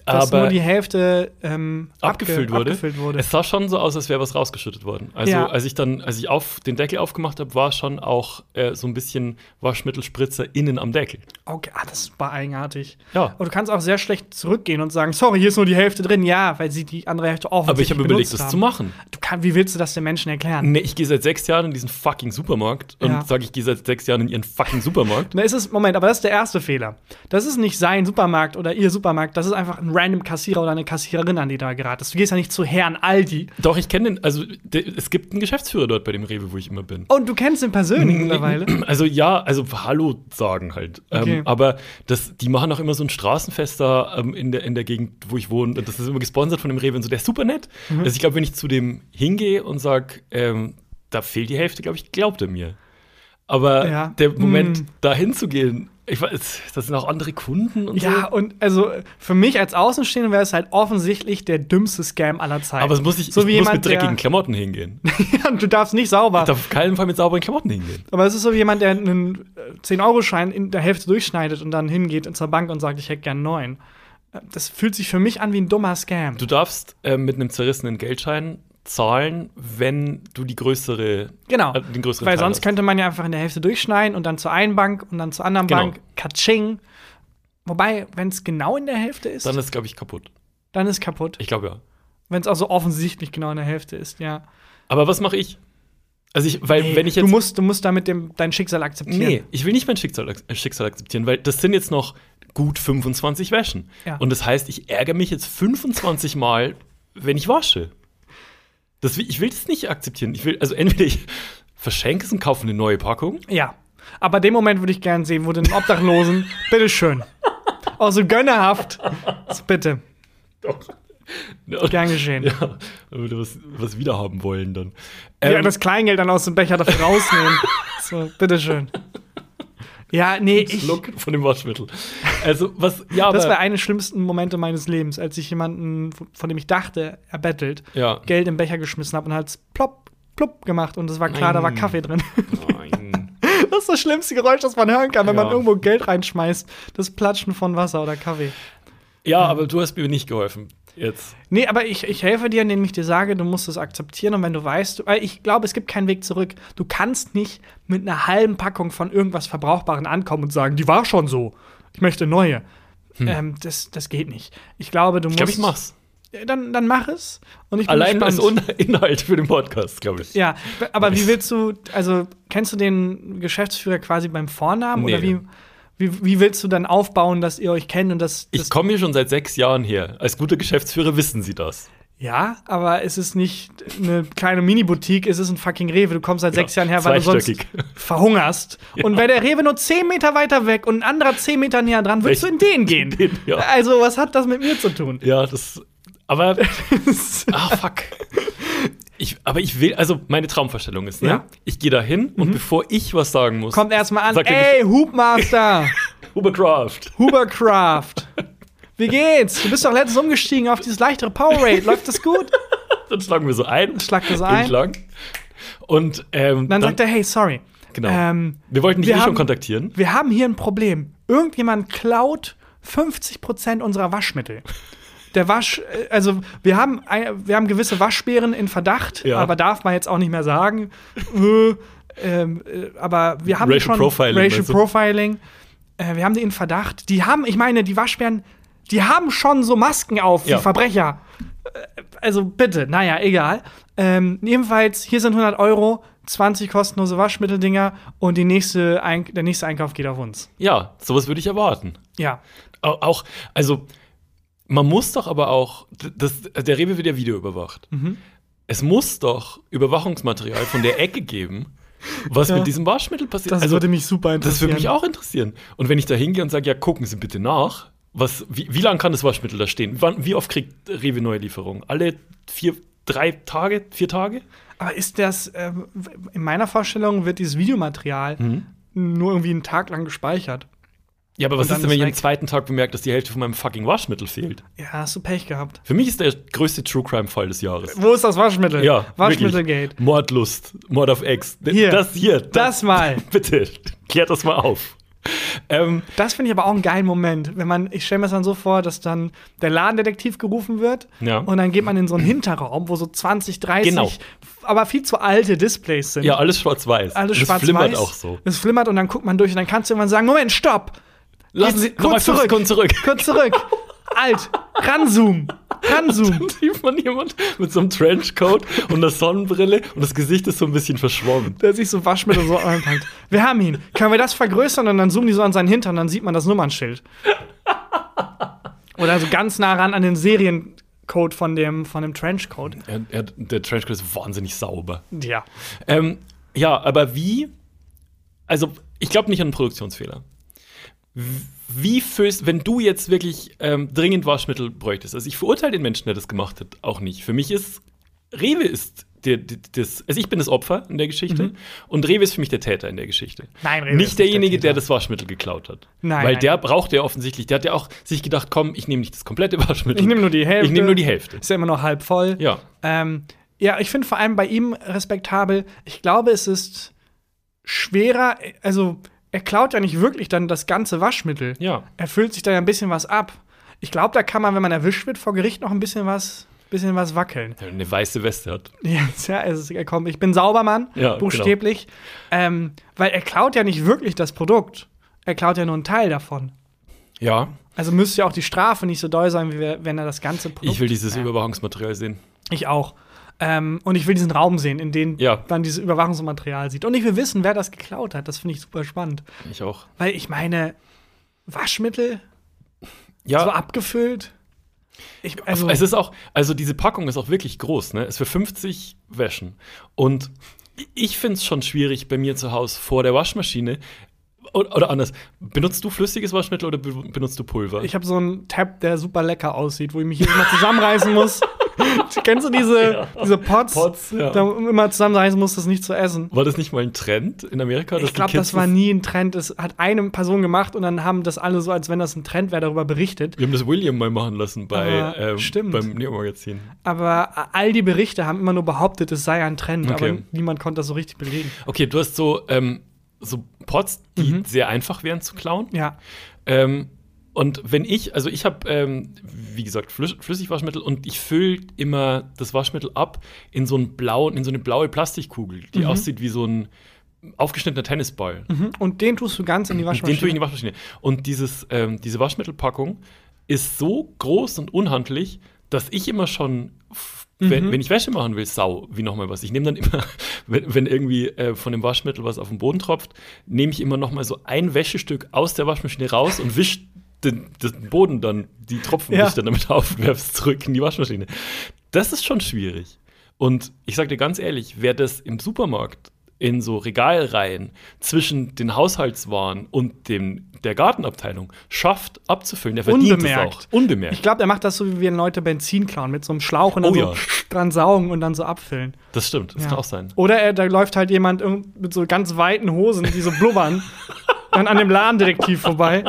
[SPEAKER 2] dass
[SPEAKER 3] Aber
[SPEAKER 2] nur die Hälfte ähm,
[SPEAKER 3] abgefüllt,
[SPEAKER 2] abge
[SPEAKER 3] wurde.
[SPEAKER 2] abgefüllt wurde.
[SPEAKER 3] Es sah schon so aus, als wäre was rausgeschüttet worden. Also
[SPEAKER 2] Ja.
[SPEAKER 3] als ich dann, als ich auf den Deckel aufgemacht habe, war schon auch äh, so ein bisschen Waschmittelspritzer innen am Deckel.
[SPEAKER 2] Okay, ah, das war eigenartig.
[SPEAKER 3] Ja.
[SPEAKER 2] Aber du kannst auch sehr schlecht zurückgehen und sagen, sorry, hier ist nur die Hälfte drin. Ja, weil sie die andere Hälfte
[SPEAKER 3] Aber ich
[SPEAKER 2] offensichtlich
[SPEAKER 3] habe überlegt,
[SPEAKER 2] benutzt
[SPEAKER 3] das
[SPEAKER 2] haben.
[SPEAKER 3] zu machen.
[SPEAKER 2] Du kann, wie willst du das den Menschen erklären?
[SPEAKER 3] Nee, ich gehe seit sechs Jahren in diesen fucking Supermarkt
[SPEAKER 2] Ja.
[SPEAKER 3] und sage, ich gehe seit sechs Jahren in ihren
[SPEAKER 2] [LAUGHS]
[SPEAKER 3] fucking Supermarkt.
[SPEAKER 2] Da ist es, Moment, aber das ist der erste Fehler. Das ist nicht sein Supermarkt oder ihr Supermarkt, das ist einfach ein random Kassierer oder eine Kassiererin, an die da geraten ist. Du gehst ja nicht zu Herrn Aldi
[SPEAKER 3] Doch, ich kenne den, also der, es gibt einen Geschäftsführer dort bei dem Rewe, wo ich immer bin.
[SPEAKER 2] und du kennst ihn persönlich mittlerweile.
[SPEAKER 3] [CLEARS THROAT] Also ja, also Hallo sagen halt.
[SPEAKER 2] Okay.
[SPEAKER 3] Ähm, aber das, die machen auch immer so ein Straßenfest da ähm, in, der, in der Gegend, wo ich wohne. Und Das ist immer gesponsert von dem Rewe und so. Der ist super nett.
[SPEAKER 2] Mhm.
[SPEAKER 3] Also ich glaube, wenn ich zu dem hingehe und sage, ähm, da fehlt die Hälfte, glaube ich, glaubt er mir. Aber
[SPEAKER 2] Ja.
[SPEAKER 3] der Moment,
[SPEAKER 2] Hm.
[SPEAKER 3] da hinzugehen, ich weiß, das sind auch andere Kunden und so.
[SPEAKER 2] Ja, und also für mich als Außenstehender wäre es halt offensichtlich der dümmste Scam aller Zeiten.
[SPEAKER 3] Aber es muss ich,
[SPEAKER 2] so wie
[SPEAKER 3] ich muss
[SPEAKER 2] jemand,
[SPEAKER 3] mit
[SPEAKER 2] der,
[SPEAKER 3] dreckigen Klamotten hingehen. Ich
[SPEAKER 2] [LAUGHS] Ja, du darfst nicht sauber.
[SPEAKER 3] darf auf keinen Fall mit sauberen Klamotten hingehen.
[SPEAKER 2] Aber es ist so wie jemand, der einen äh, 10-Euro-Schein in der Hälfte durchschneidet und dann hingeht zur Bank und sagt, ich hätte gern neun. Äh, Das fühlt sich für mich an wie ein dummer Scam.
[SPEAKER 3] Du darfst ähm, mit einem zerrissenen Geldschein zahlen, wenn du die größere
[SPEAKER 2] Genau.
[SPEAKER 3] äh, den größeren
[SPEAKER 2] Weil
[SPEAKER 3] Teil
[SPEAKER 2] sonst
[SPEAKER 3] hast.
[SPEAKER 2] könnte man ja einfach in der Hälfte durchschneiden und dann zur einen Bank und dann zur anderen
[SPEAKER 3] Genau.
[SPEAKER 2] Bank. Katsching. Wobei, wenn es genau in der Hälfte ist,
[SPEAKER 3] Dann
[SPEAKER 2] dann ist,
[SPEAKER 3] ist, glaube ich, kaputt.
[SPEAKER 2] kaputt.
[SPEAKER 3] Ich glaube ja.
[SPEAKER 2] Wenn es auch so offensichtlich genau in der Hälfte ist, ja.
[SPEAKER 3] Aber was mache ich? Also ich, weil
[SPEAKER 2] Ey,
[SPEAKER 3] wenn ich
[SPEAKER 2] du
[SPEAKER 3] jetzt.
[SPEAKER 2] musst, du musst damit dem, dein Schicksal akzeptieren.
[SPEAKER 3] nee, ich will nicht mein Schicksal, ak- äh, Schicksal akzeptieren, weil das sind jetzt noch gut 25 Wäschen.
[SPEAKER 2] Ja.
[SPEAKER 3] Und das heißt, ich ärgere mich jetzt 25 Mal, wenn ich wasche. Das, will- ich will das nicht akzeptieren. Ich will, also entweder ich verschenke es und kaufe eine neue Packung.
[SPEAKER 2] Ja. Aber den Moment würde ich gern sehen, wo du den
[SPEAKER 3] [LAUGHS]
[SPEAKER 2] Obdachlosen, bitteschön. Auch so gönnerhaft. So, Bitte,
[SPEAKER 3] [LAUGHS]
[SPEAKER 2] gern geschehen. Ja.
[SPEAKER 3] Ja, würde was, was wiederhaben wollen dann. Ähm.
[SPEAKER 2] das Kleingeld dann aus dem Becher dafür
[SPEAKER 3] [LAUGHS]
[SPEAKER 2] rausnehmen. so, bitteschön. Ja, nee, ich,
[SPEAKER 3] Schluck von dem Waschmittel. Also, was, ja, aber.
[SPEAKER 2] Das war einer der schlimmsten Momente meines Lebens, als ich jemanden, von dem ich dachte, er bettelt,
[SPEAKER 3] Ja.
[SPEAKER 2] Geld im Becher geschmissen habe und hat's plopp, plopp gemacht und es war klar, da war
[SPEAKER 3] Nein.
[SPEAKER 2] Kaffee drin. [LAUGHS]
[SPEAKER 3] Nein.
[SPEAKER 2] Das ist das schlimmste Geräusch, das man hören kann, wenn
[SPEAKER 3] Ja.
[SPEAKER 2] man irgendwo Geld reinschmeißt. Das Platschen von Wasser oder Kaffee.
[SPEAKER 3] [LAUGHS] Ja, aber du hast mir nicht geholfen. Jetzt.
[SPEAKER 2] Nee, aber ich, ich helfe dir, indem ich dir sage, du musst es akzeptieren und wenn du weißt, du, weil ich glaube, es gibt keinen Weg zurück. Du kannst nicht mit einer halben Packung von irgendwas Verbrauchbaren ankommen und sagen, die war schon so. Ich möchte neue. Ähm, das, das geht nicht. Ich glaube, du
[SPEAKER 3] Hm. Ich
[SPEAKER 2] musst.
[SPEAKER 3] glaube, ich mach's.
[SPEAKER 2] Ja, dann, dann mach es. Und ich bin
[SPEAKER 3] Allein als
[SPEAKER 2] gespannt.
[SPEAKER 3] Un [LAUGHS] Inhalt für den Podcast, glaube ich.
[SPEAKER 2] Ja, aber wie
[SPEAKER 3] Nice.
[SPEAKER 2] willst du, also kennst du den Geschäftsführer quasi beim Vornamen? Oder
[SPEAKER 3] Nee.
[SPEAKER 2] wie, wie, wie willst du dann aufbauen, dass ihr euch kennt und dass.
[SPEAKER 3] Ich
[SPEAKER 2] dass-
[SPEAKER 3] komme hier schon seit sechs Jahren her. Als guter Geschäftsführer wissen Sie das.
[SPEAKER 2] Ja, aber es ist nicht eine kleine Mini-Boutique, es ist ein fucking Rewe. Du kommst seit sechs
[SPEAKER 3] Ja,
[SPEAKER 2] Jahren her, weil du sonst
[SPEAKER 3] zweistöckig. [LAUGHS]
[SPEAKER 2] verhungerst. Und wäre der Rewe nur zehn Meter weiter weg und ein anderer zehn Meter näher dran, würdest du in
[SPEAKER 3] Echt?
[SPEAKER 2] den gehen.
[SPEAKER 3] In den, ja.
[SPEAKER 2] Also, was hat das mit mir zu tun?
[SPEAKER 3] Ja, das. Aber.
[SPEAKER 2] [LAUGHS]
[SPEAKER 3] ah, fuck. Ich, aber ich will, also meine Traumvorstellung ist, ne?
[SPEAKER 2] Ja. Mhm.
[SPEAKER 3] Ich gehe da hin und bevor ich was sagen muss,
[SPEAKER 2] Kommt erstmal an,
[SPEAKER 3] Sagt er
[SPEAKER 2] ey,
[SPEAKER 3] [LAUGHS]
[SPEAKER 2] Hubmaster,
[SPEAKER 3] Ubercraft.
[SPEAKER 2] Hubercraft. Wie geht's? Du bist doch letztens umgestiegen auf dieses leichtere Powerade. Läuft das gut?
[SPEAKER 3] Dann schlagen wir so ein.
[SPEAKER 2] Schlagt das
[SPEAKER 3] Geh
[SPEAKER 2] ein.
[SPEAKER 3] ich lang. Und ähm,
[SPEAKER 2] Dann sagt er, hey, sorry.
[SPEAKER 3] genau.
[SPEAKER 2] ähm,
[SPEAKER 3] wir wollten dich
[SPEAKER 2] wir
[SPEAKER 3] eh schon
[SPEAKER 2] haben-
[SPEAKER 3] kontaktieren.
[SPEAKER 2] Wir haben hier ein Problem. Irgendjemand klaut 50% unserer Waschmittel. Der Wasch, äh, also wir haben, ein- wir haben gewisse Waschbären in Verdacht,
[SPEAKER 3] Ja.
[SPEAKER 2] aber darf man jetzt auch nicht mehr sagen. [LAUGHS] Äh, ähm, äh, aber wir haben die
[SPEAKER 3] Racial
[SPEAKER 2] schon
[SPEAKER 3] Profiling,
[SPEAKER 2] Racial
[SPEAKER 3] meinst du?
[SPEAKER 2] Profiling. Äh, wir haben die in Verdacht. Die haben, ich meine, die Waschbären, die haben schon so Masken auf,
[SPEAKER 3] Ja.
[SPEAKER 2] die Verbrecher. Äh, Also bitte, naja, egal. Ähm, jedenfalls, hier sind 100 Euro, 20 kostenlose Waschmitteldinger und die nächste Ein der nächste Einkauf geht auf uns.
[SPEAKER 3] Ja, sowas würde ich erwarten.
[SPEAKER 2] Ja.
[SPEAKER 3] Au- Auch, also, man muss doch aber auch, d- das, der Rewe wird ja Video überwacht.
[SPEAKER 2] Mhm.
[SPEAKER 3] Es muss doch Überwachungsmaterial von der Ecke geben, was
[SPEAKER 2] Ja.
[SPEAKER 3] mit diesem Waschmittel passiert.
[SPEAKER 2] Das
[SPEAKER 3] also,
[SPEAKER 2] würde mich super
[SPEAKER 3] das würde
[SPEAKER 2] interessieren.
[SPEAKER 3] mich auch interessieren. Und wenn ich da hingehe und sage, ja, gucken Sie bitte nach, was, wie, wie lange kann das Waschmittel da stehen? Wann, wie oft kriegt Rewe neue Lieferungen? Alle vier, drei Tage, vier Tage?
[SPEAKER 2] Aber ist das, ähm, w- in meiner Vorstellung wird dieses Videomaterial
[SPEAKER 3] Mhm.
[SPEAKER 2] nur irgendwie einen Tag lang gespeichert.
[SPEAKER 3] Ja, aber was
[SPEAKER 2] dann
[SPEAKER 3] ist denn,
[SPEAKER 2] ist
[SPEAKER 3] wenn ich am
[SPEAKER 2] weg.
[SPEAKER 3] zweiten Tag bemerke, dass die Hälfte von meinem fucking Waschmittel fehlt?
[SPEAKER 2] Ja, hast du Pech gehabt.
[SPEAKER 3] Für mich ist der größte True Crime-Fall des Jahres.
[SPEAKER 2] Wo ist das Waschmittel?
[SPEAKER 3] Ja,
[SPEAKER 2] Waschmittelgate.
[SPEAKER 3] wirklich. Mordlust, Mord auf Ex. D-
[SPEAKER 2] Hier.
[SPEAKER 3] Das hier.
[SPEAKER 2] Das mal.
[SPEAKER 3] Bitte, klärt das mal auf. Ähm,
[SPEAKER 2] Das finde ich aber auch einen geilen Moment, wenn man, ich stelle mir das dann so vor, dass dann der Ladendetektiv gerufen wird
[SPEAKER 3] Ja.
[SPEAKER 2] und dann geht man in so einen Hinterraum, wo so 20, 30,
[SPEAKER 3] Genau.
[SPEAKER 2] f- aber viel zu alte Displays sind.
[SPEAKER 3] ja, alles schwarz-weiß.
[SPEAKER 2] Alles
[SPEAKER 3] das
[SPEAKER 2] schwarz-weiß.
[SPEAKER 3] flimmert auch so. [LAUGHS]
[SPEAKER 2] Es flimmert und dann guckt man durch und dann kannst du irgendwann sagen, Moment, stopp!
[SPEAKER 3] Lassen Sie
[SPEAKER 2] Jetzt
[SPEAKER 3] noch mal fünf Sekunden zurück.
[SPEAKER 2] Kurz
[SPEAKER 3] [LAUGHS]
[SPEAKER 2] zurück. Alt. Ranzoom. Ranzoom.
[SPEAKER 3] Sieht man jemand mit so einem Trenchcoat und einer Sonnenbrille und das Gesicht ist so ein bisschen verschwommen.
[SPEAKER 2] Der sich so Waschmittel so
[SPEAKER 3] [LAUGHS]
[SPEAKER 2] anpackt. Wir haben ihn. Können wir das vergrößern und dann zoomen die so an seinen Hintern, dann sieht man das Nummernschild. Oder so ganz nah ran an den Seriencode von dem, von dem Trenchcoat.
[SPEAKER 3] Er, er, der Trenchcoat ist wahnsinnig sauber.
[SPEAKER 2] Ja.
[SPEAKER 3] Ähm, ja, aber wie? Also, ich glaube nicht an einen Produktionsfehler. W- Wie füllst, wenn du jetzt wirklich ähm, dringend Waschmittel bräuchtest? Also, ich verurteile den Menschen, der das gemacht hat, auch nicht. Für mich ist Rewe ist der, der, das, also ich bin das Opfer in der Geschichte und Rewe ist für mich der Täter in der Geschichte.
[SPEAKER 2] Mhm. Nein, Rewe
[SPEAKER 3] nicht
[SPEAKER 2] ist nicht der
[SPEAKER 3] derjenige, der,
[SPEAKER 2] Täter.
[SPEAKER 3] das Waschmittel geklaut hat.
[SPEAKER 2] Nein,
[SPEAKER 3] Weil
[SPEAKER 2] nein.
[SPEAKER 3] der braucht ja offensichtlich, der hat ja auch sich gedacht, komm, ich nehme nicht das komplette Waschmittel.
[SPEAKER 2] Ich nehme nur die Hälfte.
[SPEAKER 3] Ich nehme nur die Hälfte.
[SPEAKER 2] Ist ja immer noch halb voll.
[SPEAKER 3] Ja.
[SPEAKER 2] Ähm, ja, ich finde vor allem bei ihm respektabel. Ich glaube, es ist schwerer, also er klaut ja nicht wirklich dann das ganze Waschmittel.
[SPEAKER 3] Ja.
[SPEAKER 2] Er füllt sich da ja ein bisschen was ab. Ich glaube, da kann man, wenn man erwischt wird, vor Gericht noch ein bisschen was, bisschen was wackeln.
[SPEAKER 3] Wenn er eine weiße Weste hat.
[SPEAKER 2] Jetzt, ja, [LAUGHS] es ist, komm, ich bin sauber, Mann,
[SPEAKER 3] Ja, genau.
[SPEAKER 2] buchstäblich. Ähm, weil er klaut ja nicht wirklich das Produkt. Er klaut ja nur einen Teil davon.
[SPEAKER 3] Ja.
[SPEAKER 2] Also müsste ja auch die Strafe nicht so doll sein, wie wenn er das ganze Produkt
[SPEAKER 3] Ich will dieses Überwachungsmaterial sehen.
[SPEAKER 2] Ich auch. Ähm, und ich will diesen Raum sehen, in dem
[SPEAKER 3] Ja.
[SPEAKER 2] man dieses Überwachungsmaterial sieht. Und ich will wissen, wer das geklaut hat. Das finde ich super spannend.
[SPEAKER 3] Ich auch.
[SPEAKER 2] Weil ich meine, Waschmittel,
[SPEAKER 3] Ja,
[SPEAKER 2] so abgefüllt. Ich, also,
[SPEAKER 3] es ist auch, also diese Packung ist auch wirklich groß, ne? Ist für 50 Wäschen. Und ich finde es schon schwierig bei mir zu Hause vor der Waschmaschine. O- Oder anders, benutzt du flüssiges Waschmittel oder be benutzt du Pulver?
[SPEAKER 2] ich habe so einen Tab, der super lecker aussieht, wo ich mich jedes Mal zusammenreißen
[SPEAKER 3] [LAUGHS]
[SPEAKER 2] muss. Kennst du diese,
[SPEAKER 3] Ja.
[SPEAKER 2] diese Pots,
[SPEAKER 3] Pots, ja.
[SPEAKER 2] da man immer zusammenreißen muss, das nicht zu essen?
[SPEAKER 3] war das nicht mal ein Trend in Amerika? dass
[SPEAKER 2] Ich
[SPEAKER 3] die
[SPEAKER 2] glaube,
[SPEAKER 3] Kids
[SPEAKER 2] das war nie ein Trend. Es hat eine Person gemacht und dann haben das alle so, als wenn das ein Trend wäre, darüber berichtet.
[SPEAKER 3] Wir haben das William mal machen lassen bei,
[SPEAKER 2] Aber
[SPEAKER 3] ähm,
[SPEAKER 2] Ah, stimmt.
[SPEAKER 3] beim Neo-Magazin.
[SPEAKER 2] Aber all die Berichte haben immer nur behauptet, es sei ein Trend, aber
[SPEAKER 3] Okay.
[SPEAKER 2] niemand konnte das so richtig belegen.
[SPEAKER 3] Okay, du hast so, ähm, so Pots, die sehr einfach wären zu klauen.
[SPEAKER 2] Mhm. Ja.
[SPEAKER 3] Ähm, und wenn ich, also ich habe, ähm, wie gesagt, Flüss Flüssigwaschmittel und ich fülle immer das Waschmittel ab in so einen blauen, in so eine blaue Plastikkugel, die aussieht wie so ein aufgeschnittener Tennisball.
[SPEAKER 2] Hm? Und den tust du ganz in die
[SPEAKER 3] Den tue ich in
[SPEAKER 2] Waschmaschine.
[SPEAKER 3] die Waschmaschine. Und dieses, ähm, diese Waschmittelpackung ist so groß und unhandlich, dass ich immer schon, f- wenn,
[SPEAKER 2] Mhm.
[SPEAKER 3] wenn ich Wäsche machen will, sau, wie nochmal was. Ich nehme dann immer, [LAUGHS] wenn, wenn irgendwie äh, von dem Waschmittel was auf den Boden tropft, nehme ich immer nochmal so ein Wäschestück aus der Waschmaschine raus und wisch den, den Boden dann, die Tropfen,
[SPEAKER 2] Ja.
[SPEAKER 3] [LAUGHS] die ich dann damit aufwerfst, zurück in die Waschmaschine. Das ist schon schwierig. Und ich sag dir ganz ehrlich, wer das im Supermarkt in so Regalreihen zwischen den Haushaltswaren und dem, der Gartenabteilung schafft, abzufüllen, der verdient
[SPEAKER 2] Unbemerkt.
[SPEAKER 3] es auch. Unbemerkt.
[SPEAKER 2] Ich glaube, er macht das so, wie wir Leute Benzin klauen, mit so einem Schlauch und dann
[SPEAKER 3] Oh
[SPEAKER 2] so
[SPEAKER 3] ja.
[SPEAKER 2] dran saugen und dann so abfüllen.
[SPEAKER 3] das stimmt, das
[SPEAKER 2] Ja.
[SPEAKER 3] kann auch sein.
[SPEAKER 2] Oder er, da läuft halt jemand irgend- mit so ganz weiten Hosen, die so
[SPEAKER 3] [LAUGHS]
[SPEAKER 2] blubbern, dann an dem Ladendetektiv vorbei.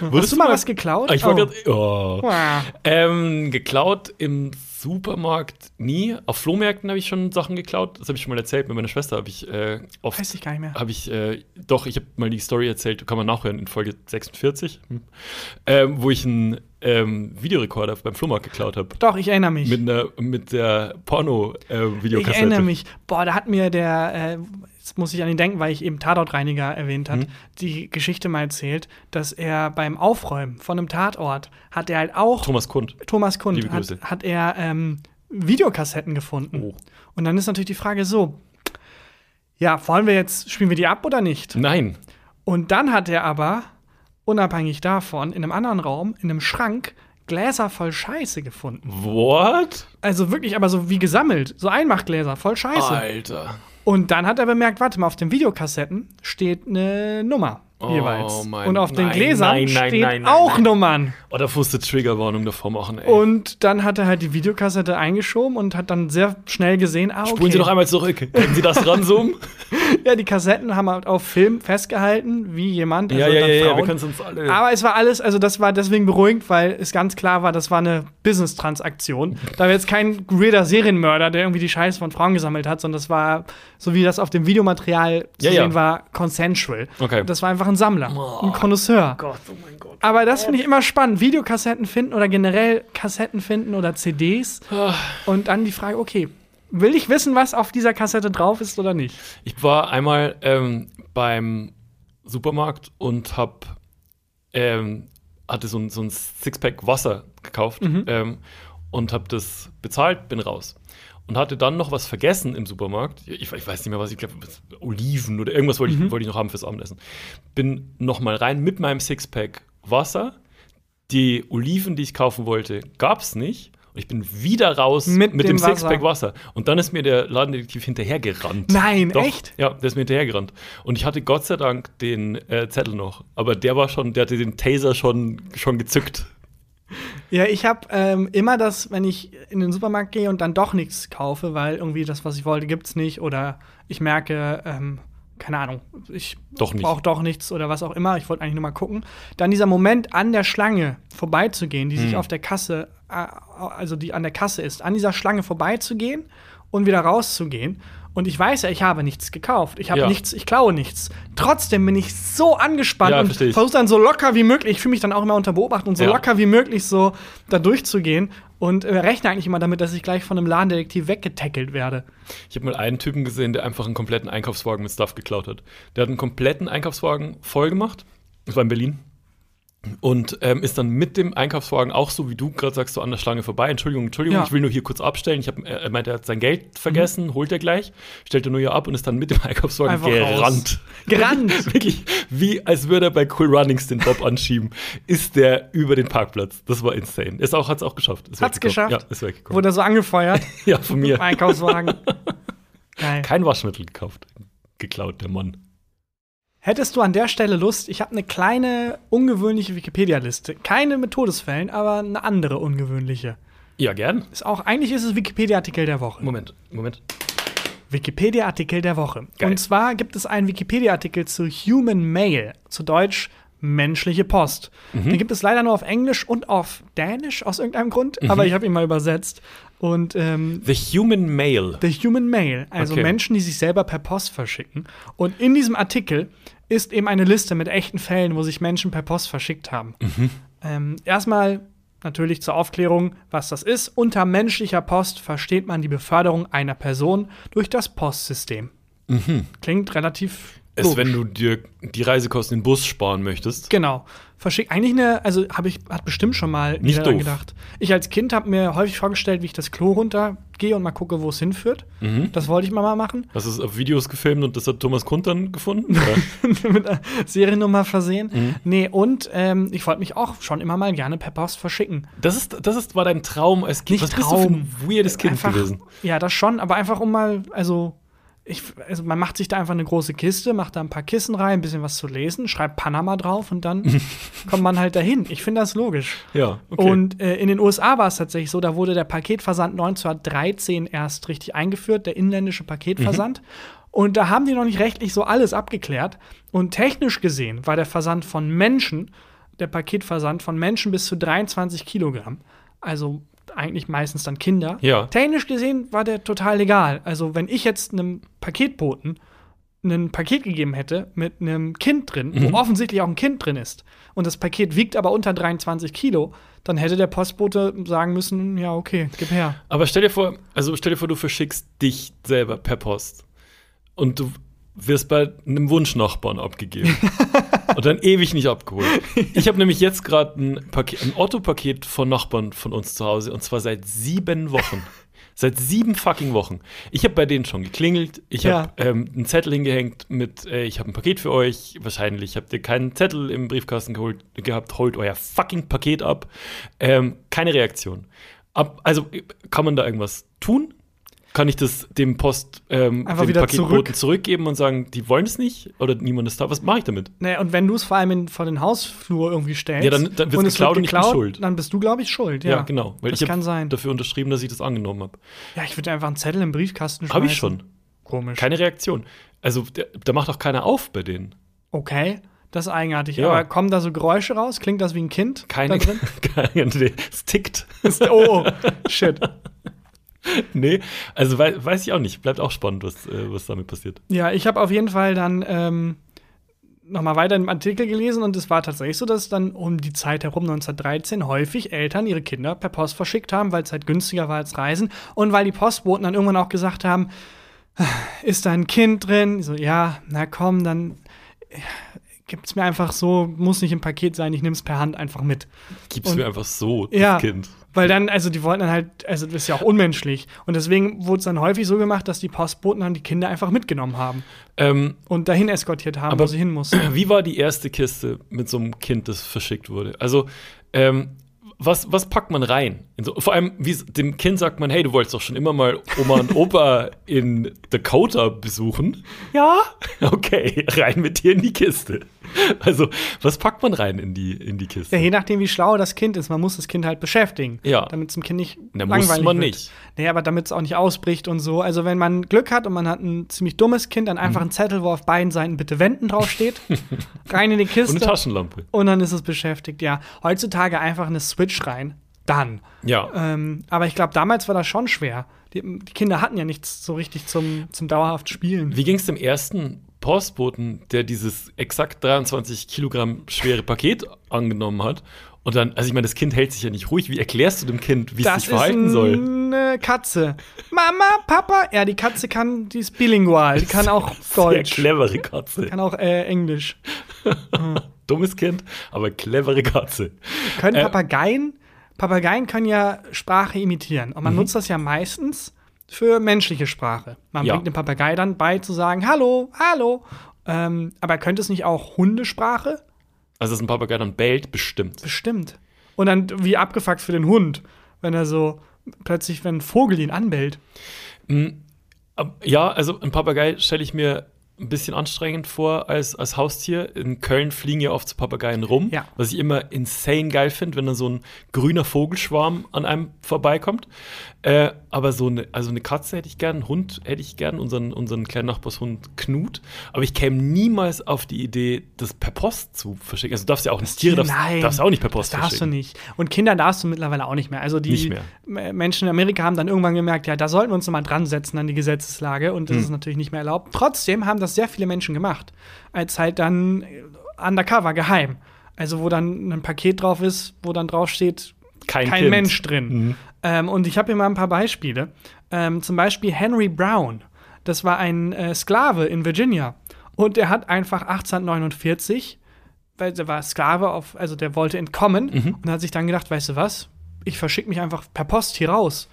[SPEAKER 3] Würdest
[SPEAKER 2] Hast du mal was geklaut?
[SPEAKER 3] Ah, Ich war
[SPEAKER 2] Oh.
[SPEAKER 3] grad, oh.
[SPEAKER 2] Wow.
[SPEAKER 3] Ähm, geklaut im Supermarkt nie. Auf Flohmärkten habe ich schon Sachen geklaut. Das habe ich schon mal erzählt. Mit meiner Schwester habe ich äh, oft.
[SPEAKER 2] Weiß ich gar nicht mehr.
[SPEAKER 3] Habe ich, äh, doch, ich habe mal die Story erzählt, kann man nachhören in Folge 46, hm. ähm, wo ich einen ähm, Videorekorder beim Flohmarkt geklaut habe.
[SPEAKER 2] Doch, ich erinnere mich.
[SPEAKER 3] Mit, einer- mit der äh,
[SPEAKER 2] ich
[SPEAKER 3] Porno-Videokassette.
[SPEAKER 2] erinnere mich. Boah, da hat mir der, äh, jetzt muss ich an ihn denken, weil ich eben Tatortreiniger erwähnt
[SPEAKER 3] Mhm.
[SPEAKER 2] hat, die Geschichte mal erzählt, dass er beim Aufräumen von einem Tatort hat er halt auch
[SPEAKER 3] Thomas Kund.
[SPEAKER 2] Thomas Kund
[SPEAKER 3] Liebe
[SPEAKER 2] hat,
[SPEAKER 3] Grüße.
[SPEAKER 2] hat er ähm, Videokassetten gefunden.
[SPEAKER 3] Oh.
[SPEAKER 2] Und dann ist natürlich die Frage so, ja, wollen wir jetzt, spielen wir die ab oder nicht?
[SPEAKER 3] Nein.
[SPEAKER 2] Und dann hat er aber, unabhängig davon, in einem anderen Raum, in einem Schrank, Gläser voll Scheiße gefunden.
[SPEAKER 3] What?
[SPEAKER 2] Also wirklich, aber so wie gesammelt, so Einmachgläser voll Scheiße.
[SPEAKER 3] Alter.
[SPEAKER 2] Und dann hat er bemerkt, warte mal, auf den Videokassetten steht eine Nummer
[SPEAKER 3] Oh
[SPEAKER 2] jeweils.
[SPEAKER 3] mein-
[SPEAKER 2] Und auf den
[SPEAKER 3] nein,
[SPEAKER 2] Gläsern
[SPEAKER 3] nein, nein,
[SPEAKER 2] steht
[SPEAKER 3] nein, nein,
[SPEAKER 2] auch
[SPEAKER 3] nein.
[SPEAKER 2] Nummern.
[SPEAKER 3] Oh, da musste Triggerwarnung davor machen, ey.
[SPEAKER 2] Und dann hat er halt die Videokassette eingeschoben und hat dann sehr schnell gesehen, ah, okay.
[SPEAKER 3] Spulen Sie noch einmal zurück. Können Sie das ranzoomen?
[SPEAKER 2] Ja, die Kassetten haben halt auf Film festgehalten, wie jemand.
[SPEAKER 3] ja,
[SPEAKER 2] also
[SPEAKER 3] ja,
[SPEAKER 2] dann
[SPEAKER 3] ja, ja, wir
[SPEAKER 2] Frauen.
[SPEAKER 3] können es uns alle.
[SPEAKER 2] aber es war alles, also das war deswegen beruhigend, weil es ganz klar war, das war eine Business-Transaktion. Da war jetzt kein weirder Serienmörder, der irgendwie die Scheiße von Frauen gesammelt hat, sondern das war, so wie das auf dem Videomaterial zu
[SPEAKER 3] Ja, ja.
[SPEAKER 2] sehen war, consensual.
[SPEAKER 3] Okay.
[SPEAKER 2] Das war einfach ein Sammler, ein Connoisseur.
[SPEAKER 3] Gott, oh mein Gott.
[SPEAKER 2] Aber das finde ich immer spannend. Videokassetten finden oder generell Kassetten finden oder CDs.
[SPEAKER 3] Ah.
[SPEAKER 2] Und dann die Frage, okay, will ich wissen, was auf dieser Kassette drauf ist oder nicht?
[SPEAKER 3] Ich war einmal ähm, beim Supermarkt und hab, ähm, hatte so ein, so ein Sixpack Wasser gekauft ähm, und habe das bezahlt, bin raus. Und hatte dann noch was vergessen im Supermarkt. Ich, ich weiß nicht mehr was, ich glaube, Oliven oder irgendwas wollte ich, wollte ich noch haben fürs Abendessen. Bin nochmal rein mit meinem Sixpack Wasser. Die Oliven, die ich kaufen wollte, gab es nicht. Und ich bin wieder raus
[SPEAKER 2] Mit
[SPEAKER 3] mit
[SPEAKER 2] dem
[SPEAKER 3] dem, Sixpack Wasser. Und dann ist mir der Ladendetektiv hinterhergerannt.
[SPEAKER 2] Nein, echt?
[SPEAKER 3] Ja, der ist mir hinterhergerannt. Und ich hatte Gott sei Dank den äh, Zettel noch. Aber der war schon, der hatte den Taser schon, schon gezückt.
[SPEAKER 2] Ja, ich habe ähm, immer das, wenn ich in den Supermarkt gehe und dann doch nichts kaufe, weil irgendwie das, was ich wollte, gibt's nicht oder ich merke, ähm, keine Ahnung, ich
[SPEAKER 3] Doch nicht.
[SPEAKER 2] brauche doch nichts oder was auch immer. Ich wollte eigentlich nur mal gucken. Dann dieser Moment an der Schlange vorbeizugehen, die sich
[SPEAKER 3] Mhm.
[SPEAKER 2] auf der Kasse, äh, also die an der Kasse ist, an dieser Schlange vorbeizugehen und wieder rauszugehen. Und ich weiß ja, ich habe nichts gekauft. Ich habe
[SPEAKER 3] Ja.
[SPEAKER 2] nichts, ich klaue nichts. Trotzdem bin ich so angespannt
[SPEAKER 3] Ja,
[SPEAKER 2] und
[SPEAKER 3] versteh ich.
[SPEAKER 2] versuche dann so locker wie möglich. Ich fühle mich dann auch immer unter Beobachtung, so
[SPEAKER 3] Ja.
[SPEAKER 2] locker wie möglich so da durchzugehen und äh, rechne eigentlich immer damit, dass ich gleich von einem Ladendetektiv weggetackelt werde.
[SPEAKER 3] Ich habe mal einen Typen gesehen, der einfach einen kompletten Einkaufswagen mit Stuff geklaut hat. Der hat einen kompletten Einkaufswagen voll gemacht. Das war in Berlin. Und ähm, ist dann mit dem Einkaufswagen auch so, wie du gerade sagst, so an der Schlange vorbei. Entschuldigung, Entschuldigung,
[SPEAKER 2] Ja. Mhm.
[SPEAKER 3] ich will nur hier kurz abstellen. Ich hab, äh, er er meint, er hat sein Geld vergessen, holt er gleich, stellt er nur hier ab und ist dann mit dem Einkaufswagen
[SPEAKER 2] Einfach
[SPEAKER 3] gerannt.
[SPEAKER 2] raus.
[SPEAKER 3] [LAUGHS]
[SPEAKER 2] Gerannt!
[SPEAKER 3] Wirklich, wie als würde er bei Cool Runnings den Bob anschieben, ist der über den Parkplatz. Das war insane. Ist auch, hat's auch geschafft. Ist
[SPEAKER 2] Hat's
[SPEAKER 3] weggekommen.
[SPEAKER 2] geschafft.
[SPEAKER 3] Ja, ist weggekommen.
[SPEAKER 2] Wurde so angefeuert
[SPEAKER 3] Ja, von [LAUGHS] mir.
[SPEAKER 2] im
[SPEAKER 3] [LAUGHS]
[SPEAKER 2] Einkaufswagen. Geil.
[SPEAKER 3] Kein Waschmittel gekauft. Geklaut, der Mann.
[SPEAKER 2] Hättest du an der Stelle Lust, ich habe eine kleine ungewöhnliche Wikipedia-Liste. Keine mit Todesfällen, aber eine andere ungewöhnliche.
[SPEAKER 3] Ja, gern.
[SPEAKER 2] Ist auch, eigentlich ist es Wikipedia-Artikel der Woche.
[SPEAKER 3] Moment, Moment.
[SPEAKER 2] Wikipedia-Artikel der Woche.
[SPEAKER 3] Geil.
[SPEAKER 2] Und zwar gibt es einen Wikipedia-Artikel zu Human Mail, zu Deutsch menschliche Post. Den gibt es leider nur auf Englisch und auf Dänisch aus irgendeinem Grund, aber ich habe ihn mal übersetzt. Und ähm,
[SPEAKER 3] The Human Male.
[SPEAKER 2] The Human Mail, also
[SPEAKER 3] Okay.
[SPEAKER 2] Menschen, die sich selber per Post verschicken. Und in diesem Artikel ist eben eine Liste mit echten Fällen, wo sich Menschen per Post verschickt haben.
[SPEAKER 3] Mhm.
[SPEAKER 2] Ähm, erstmal natürlich zur Aufklärung, was das ist. Unter menschlicher Post versteht man die Beförderung einer Person durch das Postsystem. Klingt relativ.
[SPEAKER 3] Mhm. Ist,
[SPEAKER 2] logisch.
[SPEAKER 3] wenn du dir die Reisekosten im Bus sparen möchtest.
[SPEAKER 2] Genau. Verschickt eigentlich eine, also habe ich, hat bestimmt schon mal
[SPEAKER 3] Nicht
[SPEAKER 2] jeder dran
[SPEAKER 3] doof.
[SPEAKER 2] gedacht. Ich als Kind habe mir häufig vorgestellt, wie ich das Klo runter gehe und mal gucke, wo es hinführt.
[SPEAKER 3] Mhm.
[SPEAKER 2] Das wollte ich mal mal machen.
[SPEAKER 3] Hast du es auf Videos gefilmt und das hat Thomas Kunt dann gefunden?
[SPEAKER 2] [LAUGHS]
[SPEAKER 3] Oder?
[SPEAKER 2] mit einer Seriennummer versehen.
[SPEAKER 3] Mhm.
[SPEAKER 2] Nee, und ähm, ich wollte mich auch schon immer mal gerne per Post verschicken.
[SPEAKER 3] das ist, das ist, war dein Traum als Kind.
[SPEAKER 2] Nicht
[SPEAKER 3] Was bist du für ein
[SPEAKER 2] Traum.
[SPEAKER 3] weirdes Kind
[SPEAKER 2] einfach,
[SPEAKER 3] gewesen?
[SPEAKER 2] Ja, das schon, aber einfach um mal, also, ich, also man macht sich da einfach eine große Kiste, macht da ein paar Kissen rein, ein bisschen was zu lesen, schreibt Panama drauf und
[SPEAKER 3] [LAUGHS]
[SPEAKER 2] dann kommt man halt dahin. Ich finde das logisch.
[SPEAKER 3] Ja, okay.
[SPEAKER 2] Und äh, in den USA war es tatsächlich so, da wurde der Paketversand 1913 erst richtig eingeführt, der inländische Paketversand. Und da haben die noch nicht rechtlich so alles abgeklärt. Und technisch gesehen war der Versand von Menschen, der Paketversand von Menschen bis zu 23 Kilogramm. Also eigentlich meistens dann Kinder.
[SPEAKER 3] Ja.
[SPEAKER 2] Technisch gesehen war der total legal. Also wenn ich jetzt einem Paketboten ein Paket gegeben hätte mit einem Kind drin,
[SPEAKER 3] Mhm.
[SPEAKER 2] wo offensichtlich auch ein Kind drin ist, und das Paket wiegt aber unter 23 Kilo, dann hätte der Postbote sagen müssen, ja, okay, gib her.
[SPEAKER 3] Aber stell dir vor, also stell dir vor, du verschickst dich selber per Post und du wirst bei einem Wunschnachbarn abgegeben und dann ewig nicht abgeholt. Ich habe nämlich jetzt gerade ein, Paket- ein Otto-Paket von Nachbarn von uns zu Hause und zwar seit sieben Wochen. Seit sieben fucking Wochen. Ich habe bei denen schon geklingelt. Ich habe ähm, einen Zettel hingehängt mit, äh, ich habe ein Paket für euch. Wahrscheinlich habt ihr keinen Zettel im Briefkasten geholt, gehabt. Holt euer fucking Paket ab. Ähm, keine Reaktion. Ab, also äh, kann man da irgendwas tun? Kann ich das dem Post, ähm,
[SPEAKER 2] Einfach
[SPEAKER 3] dem
[SPEAKER 2] wieder
[SPEAKER 3] Paketboten
[SPEAKER 2] zurück.
[SPEAKER 3] zurückgeben und sagen, die wollen es nicht oder niemand ist da? Was mache ich damit?
[SPEAKER 2] Naja, und wenn du es vor allem in, vor den Hausflur irgendwie stellst,
[SPEAKER 3] Ja, dann- dann wird's
[SPEAKER 2] und es
[SPEAKER 3] geklaut
[SPEAKER 2] wird
[SPEAKER 3] und ich bin
[SPEAKER 2] geklaut
[SPEAKER 3] schuld.
[SPEAKER 2] dann bist du, glaube ich, schuld. Ja,
[SPEAKER 3] Ja, genau. Weil
[SPEAKER 2] das
[SPEAKER 3] ich hab
[SPEAKER 2] kann sein.
[SPEAKER 3] dafür unterschrieben, dass ich das angenommen habe.
[SPEAKER 2] Ja, ich würde einfach einen Zettel im Briefkasten schmeißen.
[SPEAKER 3] Habe ich schon.
[SPEAKER 2] Komisch.
[SPEAKER 3] Keine Reaktion. Also der- da macht auch keiner auf bei denen.
[SPEAKER 2] okay, das ist eigenartig.
[SPEAKER 3] Ja.
[SPEAKER 2] Aber kommen da so Geräusche raus? Klingt das wie ein Kind?
[SPEAKER 3] Keine,
[SPEAKER 2] Da
[SPEAKER 3] [LAUGHS]
[SPEAKER 2] drin?
[SPEAKER 3] keine nee, es
[SPEAKER 2] [LAUGHS]
[SPEAKER 3] tickt.
[SPEAKER 2] Ist, oh, oh, shit.
[SPEAKER 3] nee, also wei weiß ich auch nicht. Bleibt auch spannend, was, äh, was damit passiert.
[SPEAKER 2] Ja, ich habe auf jeden Fall dann ähm, nochmal weiter im Artikel gelesen und es war tatsächlich so, dass dann um die Zeit herum 1913 häufig Eltern ihre Kinder per Post verschickt haben, weil es halt günstiger war als Reisen und weil die Postboten dann irgendwann auch gesagt haben, "Ah, ist da ein Kind drin? So, ja, na komm, dann äh, gibt's mir einfach so, muss nicht im Paket sein, ich nehm's per Hand einfach mit.
[SPEAKER 3] Gib's
[SPEAKER 2] Und-
[SPEAKER 3] mir einfach so,
[SPEAKER 2] Ja.
[SPEAKER 3] das Kind.
[SPEAKER 2] Weil dann, also die wollten dann halt, also das ist ja auch unmenschlich. Und deswegen wurde es dann häufig so gemacht, dass die Postboten dann die Kinder einfach mitgenommen haben
[SPEAKER 3] Ähm,
[SPEAKER 2] und dahin eskortiert haben,
[SPEAKER 3] Aber-
[SPEAKER 2] wo sie hin muss.
[SPEAKER 3] [CLEARS THROAT] wie war die erste Kiste mit so einem Kind, das verschickt wurde? Also, ähm, was, was packt man rein? In so, vor allem, wie, s- dem Kind sagt man, hey, du wolltest doch schon immer mal Oma und Opa in Dakota besuchen. [LAUGHS]
[SPEAKER 2] Ja.
[SPEAKER 3] Okay, rein mit dir in die Kiste. Also, was packt man rein in die, in die Kiste?
[SPEAKER 2] Ja, je nachdem, wie schlau das Kind ist. Man muss das Kind halt beschäftigen.
[SPEAKER 3] Ja.
[SPEAKER 2] Damit es dem Kind nicht
[SPEAKER 3] Na, muss
[SPEAKER 2] langweilig
[SPEAKER 3] man
[SPEAKER 2] wird.
[SPEAKER 3] nicht.
[SPEAKER 2] Nee, aber damit es auch nicht ausbricht und so. Also, wenn man Glück hat und man hat ein ziemlich dummes Kind, dann
[SPEAKER 3] Mhm.
[SPEAKER 2] einfach einen Zettel, wo auf beiden Seiten bitte wenden
[SPEAKER 3] [LAUGHS]
[SPEAKER 2] draufsteht. rein in die Kiste.
[SPEAKER 3] und eine Taschenlampe.
[SPEAKER 2] und dann ist es beschäftigt, ja. Heutzutage einfach eine Switch rein. Dann.
[SPEAKER 3] Ja.
[SPEAKER 2] Ähm, aber ich glaube, damals war das schon schwer. Die, die Kinder hatten ja nichts so richtig zum, zum dauerhaft Spielen.
[SPEAKER 3] Wie ging es dem ersten Postboten, der dieses exakt 23 Kilogramm schwere Paket angenommen hat? Und dann, also ich meine, das Kind hält sich ja nicht ruhig. Wie erklärst du dem Kind, wie es sich verhalten soll?
[SPEAKER 2] eine Katze. Mama, Papa. Ja, die Katze kann, die ist bilingual. Die kann auch
[SPEAKER 3] [LAUGHS] Sehr
[SPEAKER 2] Deutsch.
[SPEAKER 3] clevere Katze.
[SPEAKER 2] Kann auch äh, Englisch.
[SPEAKER 3] Dummes Kind, aber clevere Katze.
[SPEAKER 2] Können
[SPEAKER 3] Äh,
[SPEAKER 2] Papageien, Papageien können ja Sprache imitieren. Und man
[SPEAKER 3] Mhm.
[SPEAKER 2] nutzt das ja meistens für menschliche Sprache. Man
[SPEAKER 3] Ja.
[SPEAKER 2] bringt dem Papagei dann bei zu sagen, hallo, hallo. Ähm, aber könnte es nicht auch Hundesprache?
[SPEAKER 3] Also dass ein Papagei dann bellt, bestimmt.
[SPEAKER 2] Bestimmt. Und dann wie abgefuckt für den Hund, wenn er so plötzlich, wenn ein Vogel ihn anbellt.
[SPEAKER 3] Ab- Ja, also ein Papagei stelle ich mir ein bisschen anstrengend vor als, als Haustier. In Köln fliegen ja oft so Papageien rum,
[SPEAKER 2] Ja.
[SPEAKER 3] was ich immer insane geil finde, wenn dann so ein grüner Vogelschwarm an einem vorbeikommt. Äh, aber so eine, also eine Katze hätte ich gern, einen Hund hätte ich gern, unseren, unseren kleinen Nachbarshund Knut. Aber ich käme niemals auf die Idee, das per Post zu verschicken. Also du darfst ja auch nicht Tiere, darfst,
[SPEAKER 2] Nein,
[SPEAKER 3] darfst auch nicht per Post
[SPEAKER 2] Das darfst du
[SPEAKER 3] verschicken.
[SPEAKER 2] nicht. Und Kinder darfst du mittlerweile auch nicht mehr. Also die
[SPEAKER 3] Nicht mehr.
[SPEAKER 2] M- Menschen in Amerika haben dann irgendwann gemerkt, ja, da sollten wir uns nochmal dran setzen an die Gesetzeslage und das
[SPEAKER 3] Hm.
[SPEAKER 2] ist natürlich nicht mehr erlaubt. Trotzdem haben das sehr viele Menschen gemacht. Als halt dann äh, undercover, geheim. Also wo dann ein Paket drauf ist, wo dann drauf steht,
[SPEAKER 3] Kein
[SPEAKER 2] kein,
[SPEAKER 3] Kind.
[SPEAKER 2] Mensch drin. Ähm, und ich habe hier mal ein paar Beispiele. Ähm, zum Beispiel Henry Brown. Das war ein äh, Sklave in Virginia. Und er hat einfach 1849, weil der war Sklave, auf, also der wollte entkommen und hat sich dann gedacht, weißt du was, ich verschicke mich einfach per Post hier raus.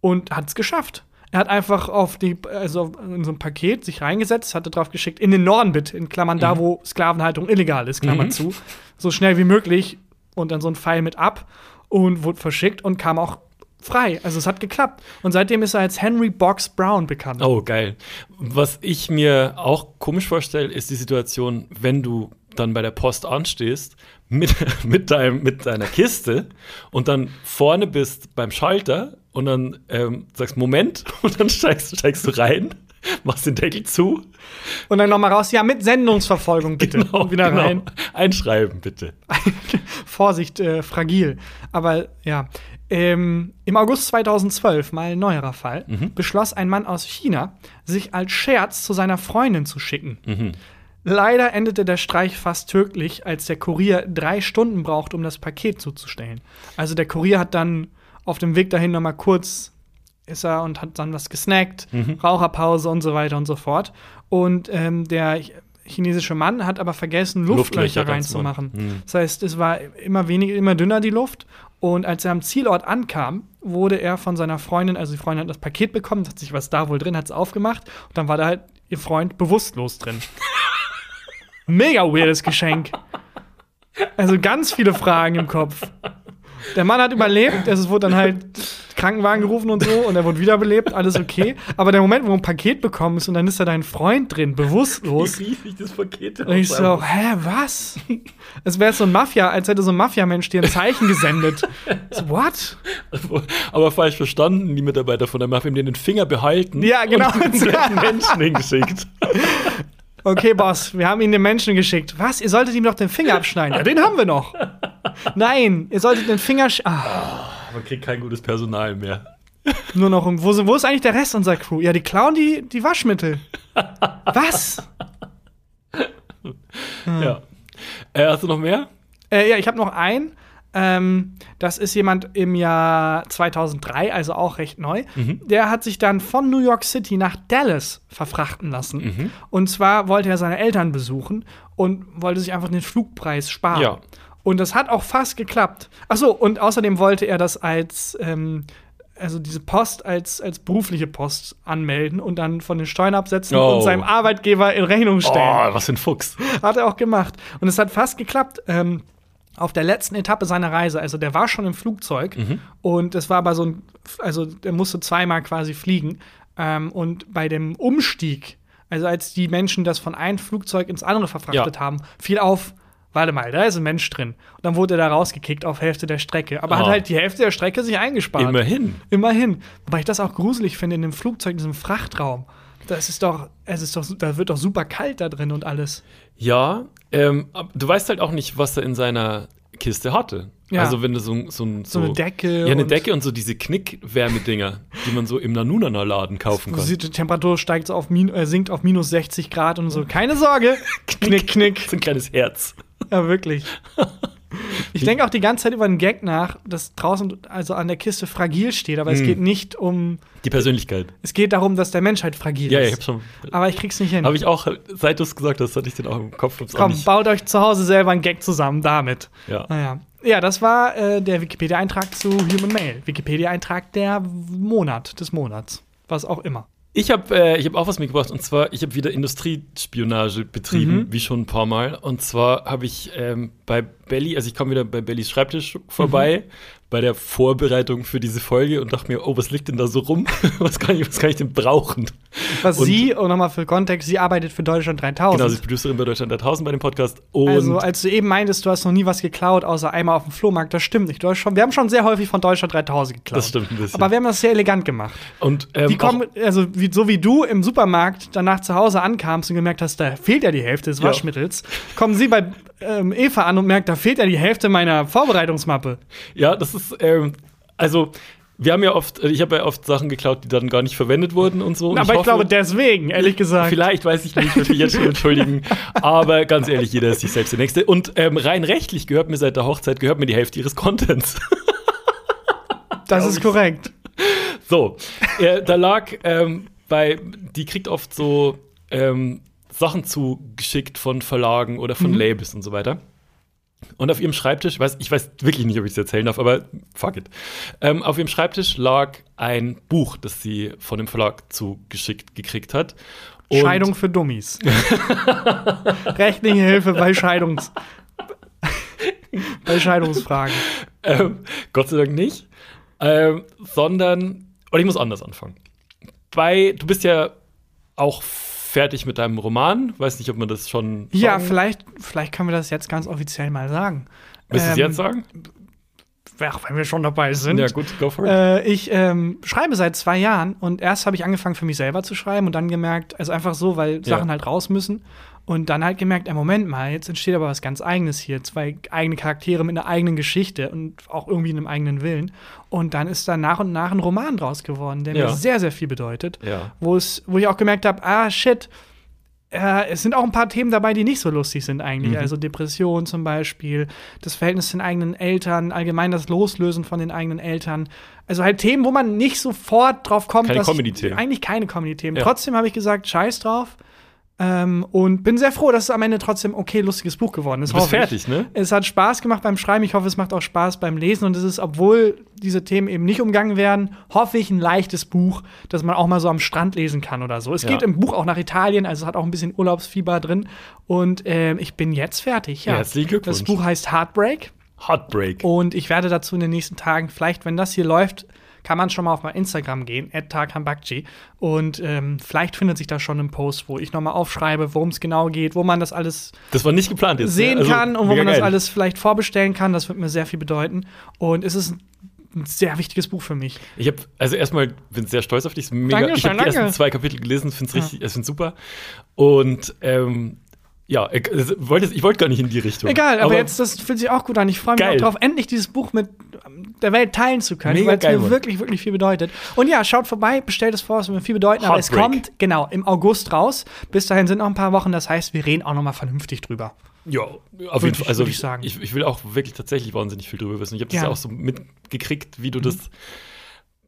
[SPEAKER 2] und hat es geschafft. Er hat einfach auf die, also in so ein Paket sich reingesetzt, hatte drauf geschickt, in den Norden bitte, in Klammern da, wo Sklavenhaltung illegal ist, Klammern
[SPEAKER 3] Mhm.
[SPEAKER 2] zu, so schnell wie möglich und dann so ein Pfeil mit ab und wurde verschickt und kam auch frei. Also es hat geklappt. Und seitdem ist er als Henry Box Brown bekannt.
[SPEAKER 3] Oh, geil. Was ich mir auch komisch vorstelle, ist die Situation, wenn du dann bei der Post anstehst mit, [LAUGHS] mit, deinem, mit deiner Kiste und dann vorne bist beim Schalter und dann ähm, sagst Moment [LAUGHS] und dann steigst, steigst du rein, [LAUGHS] machst den Deckel zu
[SPEAKER 2] Und dann nochmal raus, ja, mit Sendungsverfolgung bitte. und wieder
[SPEAKER 3] [LAUGHS] genau.
[SPEAKER 2] rein.
[SPEAKER 3] Einschreiben, bitte.
[SPEAKER 2] [LAUGHS] Vorsicht, äh, fragil. Aber ja. Ähm, Im August 2012, mal ein neuerer Fall, beschloss ein Mann aus China, sich als Scherz zu seiner Freundin zu schicken. Leider endete der Streich fast tödlich, als der Kurier drei Stunden braucht, um das Paket zuzustellen. Also der Kurier hat dann auf dem Weg dahin nochmal kurz ist er und hat dann was gesnackt, Raucherpause und so weiter und so fort. Und ähm, der ch- chinesische Mann hat aber vergessen, Luftlöcher,
[SPEAKER 3] Luftlöcher
[SPEAKER 2] reinzumachen.
[SPEAKER 3] reinzumachen. Mhm.
[SPEAKER 2] Das heißt, es war immer weniger, immer dünner die Luft. Und als er am Zielort ankam, wurde er von seiner Freundin, also die Freundin hat das Paket bekommen, hat sich was da wohl drin, hat es aufgemacht und dann war da halt ihr Freund bewusstlos drin. Mega weirdes Geschenk. Also ganz viele Fragen im Kopf. Der Mann hat überlebt, es wurde dann halt Krankenwagen gerufen und so und er wurde wiederbelebt, alles okay. Aber der Moment, wo du ein Paket bekommst und dann ist da dein Freund drin, bewusstlos.
[SPEAKER 3] riesig das Paket
[SPEAKER 2] Und ich so, hä, was? Es wäre so ein Mafia, als hätte so ein Mafia-Mensch dir ein Zeichen gesendet. So, what?
[SPEAKER 3] Aber falsch verstanden, die Mitarbeiter von der Mafia haben dir den Finger behalten
[SPEAKER 2] Ja, genau.
[SPEAKER 3] und den [LAUGHS] Menschen hingeschickt.
[SPEAKER 2] [LAUGHS] Okay, Boss, wir haben Ihnen den Menschen geschickt. Was? Ihr solltet ihm doch den Finger abschneiden. Ja, den haben wir noch. Nein, ihr solltet den Finger. sch- Ah.
[SPEAKER 3] Man kriegt kein gutes Personal mehr.
[SPEAKER 2] Nur noch, im- wo, sind- wo ist eigentlich der Rest unserer Crew? Ja, die klauen die, die Waschmittel. Was?
[SPEAKER 3] Ja. Äh, hast du noch mehr?
[SPEAKER 2] Äh, ja, ich habe noch einen. Ähm, das ist jemand im Jahr 2003, also auch recht neu.
[SPEAKER 3] Mhm.
[SPEAKER 2] Der hat sich dann von New York City nach Dallas verfrachten lassen.
[SPEAKER 3] Mhm.
[SPEAKER 2] Und zwar wollte er seine Eltern besuchen und wollte sich einfach den Flugpreis sparen.
[SPEAKER 3] Ja.
[SPEAKER 2] Und das hat auch fast geklappt. Achso, und außerdem wollte er das als, ähm, also diese Post als, als berufliche Post anmelden und dann von den Steuern absetzen
[SPEAKER 3] Oh.
[SPEAKER 2] und seinem Arbeitgeber in Rechnung
[SPEAKER 3] Oh,
[SPEAKER 2] stellen.
[SPEAKER 3] was für ein Fuchs.
[SPEAKER 2] Hat er auch gemacht. Und es hat fast geklappt. Ähm, auf der letzten Etappe seiner Reise, also der war schon im Flugzeug
[SPEAKER 3] Mhm.
[SPEAKER 2] und es war aber so ein, also der musste zweimal quasi fliegen. Ähm, und bei dem Umstieg, also als die Menschen das von einem Flugzeug ins andere verfrachtet
[SPEAKER 3] Ja.
[SPEAKER 2] haben, fiel auf, warte mal, da ist ein Mensch drin. Und dann wurde er da rausgekickt auf Hälfte der Strecke. Aber hat
[SPEAKER 3] Ah.
[SPEAKER 2] halt die Hälfte der Strecke sich eingespart.
[SPEAKER 3] Immerhin.
[SPEAKER 2] Immerhin. Wobei ich das auch gruselig finde in dem Flugzeug, in diesem Frachtraum. Das ist doch, es ist doch, da wird doch super kalt da drin und alles.
[SPEAKER 3] Ja, ähm, ab- du weißt halt auch nicht, was er in seiner Kiste hatte.
[SPEAKER 2] Ja.
[SPEAKER 3] Also wenn du so, ein- so, ein-
[SPEAKER 2] So eine Decke
[SPEAKER 3] Ja, eine
[SPEAKER 2] und-
[SPEAKER 3] Decke und so diese Knickwärmedinger, die man so im Nanunana-Laden kaufen
[SPEAKER 2] Du
[SPEAKER 3] kann.
[SPEAKER 2] siehst, Also die Temperatur steigt so auf min äh, sinkt auf minus 60 Grad und
[SPEAKER 3] [LAUGHS]
[SPEAKER 2] so. Keine Sorge. knick, knick.
[SPEAKER 3] so ein kleines Herz.
[SPEAKER 2] Ja, wirklich. Ich denke auch die ganze Zeit über einen Gag nach, dass draußen also an der Kiste fragil steht, aber es
[SPEAKER 3] Hm.
[SPEAKER 2] geht nicht um.
[SPEAKER 3] Die Persönlichkeit.
[SPEAKER 2] Es geht darum, dass der Mensch halt fragil
[SPEAKER 3] Ja, ja, ich hab
[SPEAKER 2] ist.
[SPEAKER 3] schon.
[SPEAKER 2] aber ich krieg's nicht hin.
[SPEAKER 3] Habe ich auch, seit du es gesagt hast, hatte ich den auch im Kopf. Hab's auch
[SPEAKER 2] Komm,
[SPEAKER 3] nicht.
[SPEAKER 2] baut euch zu Hause selber einen Gag zusammen damit.
[SPEAKER 3] Ja.
[SPEAKER 2] Naja. Ja, das war äh, der Wikipedia-Eintrag zu Human Mail. Wikipedia-Eintrag der Monat, des Monats. Was auch immer.
[SPEAKER 3] Ich habe äh, ich hab auch was mitgebracht und zwar, ich habe wieder Industriespionage betrieben,
[SPEAKER 2] Mhm.
[SPEAKER 3] wie schon ein paar Mal. Und zwar habe ich ähm, bei Belly, also ich komme wieder bei Bellys Schreibtisch
[SPEAKER 2] Mhm.
[SPEAKER 3] vorbei, bei der Vorbereitung für diese Folge und dachte mir, oh, was liegt denn da so rum? [LAUGHS] was, kann ich, was kann ich denn brauchen?
[SPEAKER 2] Was
[SPEAKER 3] Und-
[SPEAKER 2] sie, und nochmal für Kontext, sie arbeitet für Deutschland 3000.
[SPEAKER 3] Genau, sie ist Producerin bei Deutschland 3000 bei dem Podcast. Und
[SPEAKER 2] Also, als du eben meintest, du hast noch nie was geklaut, außer einmal auf dem Flohmarkt, das stimmt nicht. Du hast schon, wir haben schon sehr häufig von Deutschland 3000 geklaut.
[SPEAKER 3] Das stimmt ein bisschen.
[SPEAKER 2] Aber wir haben das sehr elegant gemacht.
[SPEAKER 3] und, ähm,
[SPEAKER 2] Die kommen, also wie, so wie du im Supermarkt danach zu Hause ankamst und gemerkt hast, da fehlt ja die Hälfte des
[SPEAKER 3] Ja.
[SPEAKER 2] Waschmittels, kommen sie bei ähm, Eva an und merkt, da fehlt ja die Hälfte meiner Vorbereitungsmappe.
[SPEAKER 3] Ja, das ist, ähm, also wir haben ja oft, also ich habe ja oft Sachen geklaut, die dann gar nicht verwendet wurden und so. Und
[SPEAKER 2] Aber ich,
[SPEAKER 3] hoffe-
[SPEAKER 2] glaube deswegen, ehrlich gesagt.
[SPEAKER 3] Vielleicht weiß ich nicht, ich will mich jetzt schon entschuldigen. Aber ganz ehrlich, jeder ist sich selbst der Nächste. Und ähm, rein rechtlich gehört mir seit der Hochzeit, gehört mir die Hälfte ihres Contents. [LAUGHS]
[SPEAKER 2] das ist korrekt.
[SPEAKER 3] So, äh, da lag ähm, bei, die kriegt oft so
[SPEAKER 2] Mhm.
[SPEAKER 3] ähm, Sachen zugeschickt von Verlagen oder von Labels und so weiter. Und auf ihrem Schreibtisch, weiß, ich weiß wirklich nicht, ob ich es erzählen darf, aber fuck it. Ähm, auf ihrem Schreibtisch lag ein Buch, das sie von dem Verlag zugeschickt gekriegt hat. Und
[SPEAKER 2] Scheidung für
[SPEAKER 3] [LAUGHS]
[SPEAKER 2] Dummies. Rechtliche Hilfe bei
[SPEAKER 3] [LAUGHS]
[SPEAKER 2] Scheidungs. bei Scheidungsfragen.
[SPEAKER 3] Ähm, Gott sei Dank nicht. Ähm, sondern, oder ich muss anders anfangen. Bei, du bist ja auch fertig mit deinem Roman. Weiß nicht, ob man das schon.
[SPEAKER 2] Ja,
[SPEAKER 3] sagen-
[SPEAKER 2] vielleicht, vielleicht können wir das jetzt ganz offiziell mal sagen.
[SPEAKER 3] Willst du es
[SPEAKER 2] ähm,
[SPEAKER 3] jetzt sagen?
[SPEAKER 2] Ach, wenn wir schon dabei sind.
[SPEAKER 3] Ja, gut, go for it.
[SPEAKER 2] Äh, ich ähm, schreibe seit zwei Jahren und erst habe ich angefangen für mich selber zu schreiben und dann gemerkt, also einfach so, weil Sachen halt raus müssen. Und dann halt gemerkt, ey, Moment mal, jetzt entsteht aber was ganz eigenes hier. Zwei eigene Charaktere mit einer eigenen Geschichte und auch irgendwie einem eigenen Willen. Und dann ist da nach und nach ein Roman draus geworden, der
[SPEAKER 3] Ja.
[SPEAKER 2] mir sehr, sehr viel bedeutet.
[SPEAKER 3] Ja.
[SPEAKER 2] Wo, es, wo ich auch gemerkt habe, ah, shit, äh, es sind auch ein paar Themen dabei, die nicht so lustig sind eigentlich.
[SPEAKER 3] Mhm.
[SPEAKER 2] Also Depression zum Beispiel, das Verhältnis zu den eigenen Eltern, allgemein das Loslösen von den eigenen Eltern. Also halt Themen, wo man nicht sofort drauf kommt.
[SPEAKER 3] Keine
[SPEAKER 2] dass ich-
[SPEAKER 3] Comedy-Themen.
[SPEAKER 2] Eigentlich keine Comedy-Themen.
[SPEAKER 3] Ja.
[SPEAKER 2] Trotzdem habe ich gesagt, scheiß drauf. Ähm, und bin sehr froh, dass es am Ende trotzdem okay, lustiges Buch geworden ist.
[SPEAKER 3] du bist
[SPEAKER 2] hoffe ich.
[SPEAKER 3] fertig, ne?
[SPEAKER 2] Es hat Spaß gemacht beim Schreiben. Ich hoffe, es macht auch Spaß beim Lesen. Und es ist, obwohl diese Themen eben nicht umgangen werden, hoffe ich, ein leichtes Buch, das man auch mal so am Strand lesen kann oder so. Es
[SPEAKER 3] Ja.
[SPEAKER 2] geht im Buch auch nach Italien, also es hat auch ein bisschen Urlaubsfieber drin. Und ähm, ich bin jetzt fertig. Ja.
[SPEAKER 3] Herzlichen Glückwunsch.
[SPEAKER 2] Das Buch heißt Heartbreak.
[SPEAKER 3] Heartbreak.
[SPEAKER 2] Und ich werde dazu in den nächsten Tagen, vielleicht, wenn das hier läuft, kann man schon mal auf mein Instagram gehen, @tarkanbakci und ähm, vielleicht findet sich da schon ein Post, wo ich nochmal aufschreibe, worum es genau geht, wo man das alles
[SPEAKER 3] Das war nicht geplant jetzt. ne?
[SPEAKER 2] sehen
[SPEAKER 3] Also,
[SPEAKER 2] kann und wo
[SPEAKER 3] mega
[SPEAKER 2] man das
[SPEAKER 3] geil.
[SPEAKER 2] alles vielleicht vorbestellen kann. Das wird mir sehr viel bedeuten. Und es ist ein- ein sehr wichtiges Buch für mich.
[SPEAKER 3] Ich habe also erstmal bin sehr stolz auf dich. Ist Mega,
[SPEAKER 2] Dankeschön,
[SPEAKER 3] ich habe die
[SPEAKER 2] danke.
[SPEAKER 3] ersten zwei Kapitel gelesen, finde es richtig, ich find's super. Und ähm, ja, äh, es- wollte- ich wollte gar nicht in die Richtung.
[SPEAKER 2] Egal, aber, jetzt, das fühlt sich auch gut an. Ich freue mich
[SPEAKER 3] Geil.
[SPEAKER 2] auch drauf, endlich dieses Buch mit ähm, der Welt teilen zu können,
[SPEAKER 3] Mega
[SPEAKER 2] weil es
[SPEAKER 3] geil,
[SPEAKER 2] mir
[SPEAKER 3] Mann.
[SPEAKER 2] wirklich, wirklich viel bedeutet. Und ja, schaut vorbei, bestellt es vor, es wird mir viel bedeuten, aber es
[SPEAKER 3] Heartbreak.
[SPEAKER 2] kommt, genau, im August raus. Bis dahin sind noch ein paar Wochen, das heißt, wir reden auch noch mal vernünftig drüber.
[SPEAKER 3] Ja, auf
[SPEAKER 2] Würd
[SPEAKER 3] jeden
[SPEAKER 2] ich-
[SPEAKER 3] Fall. Also
[SPEAKER 2] würd ich sagen.
[SPEAKER 3] Ich, ich will auch wirklich tatsächlich wahnsinnig viel drüber wissen. Ich habe das ja.
[SPEAKER 2] Gerne.
[SPEAKER 3] auch so mitgekriegt,
[SPEAKER 2] Mhm.
[SPEAKER 3] wie du das,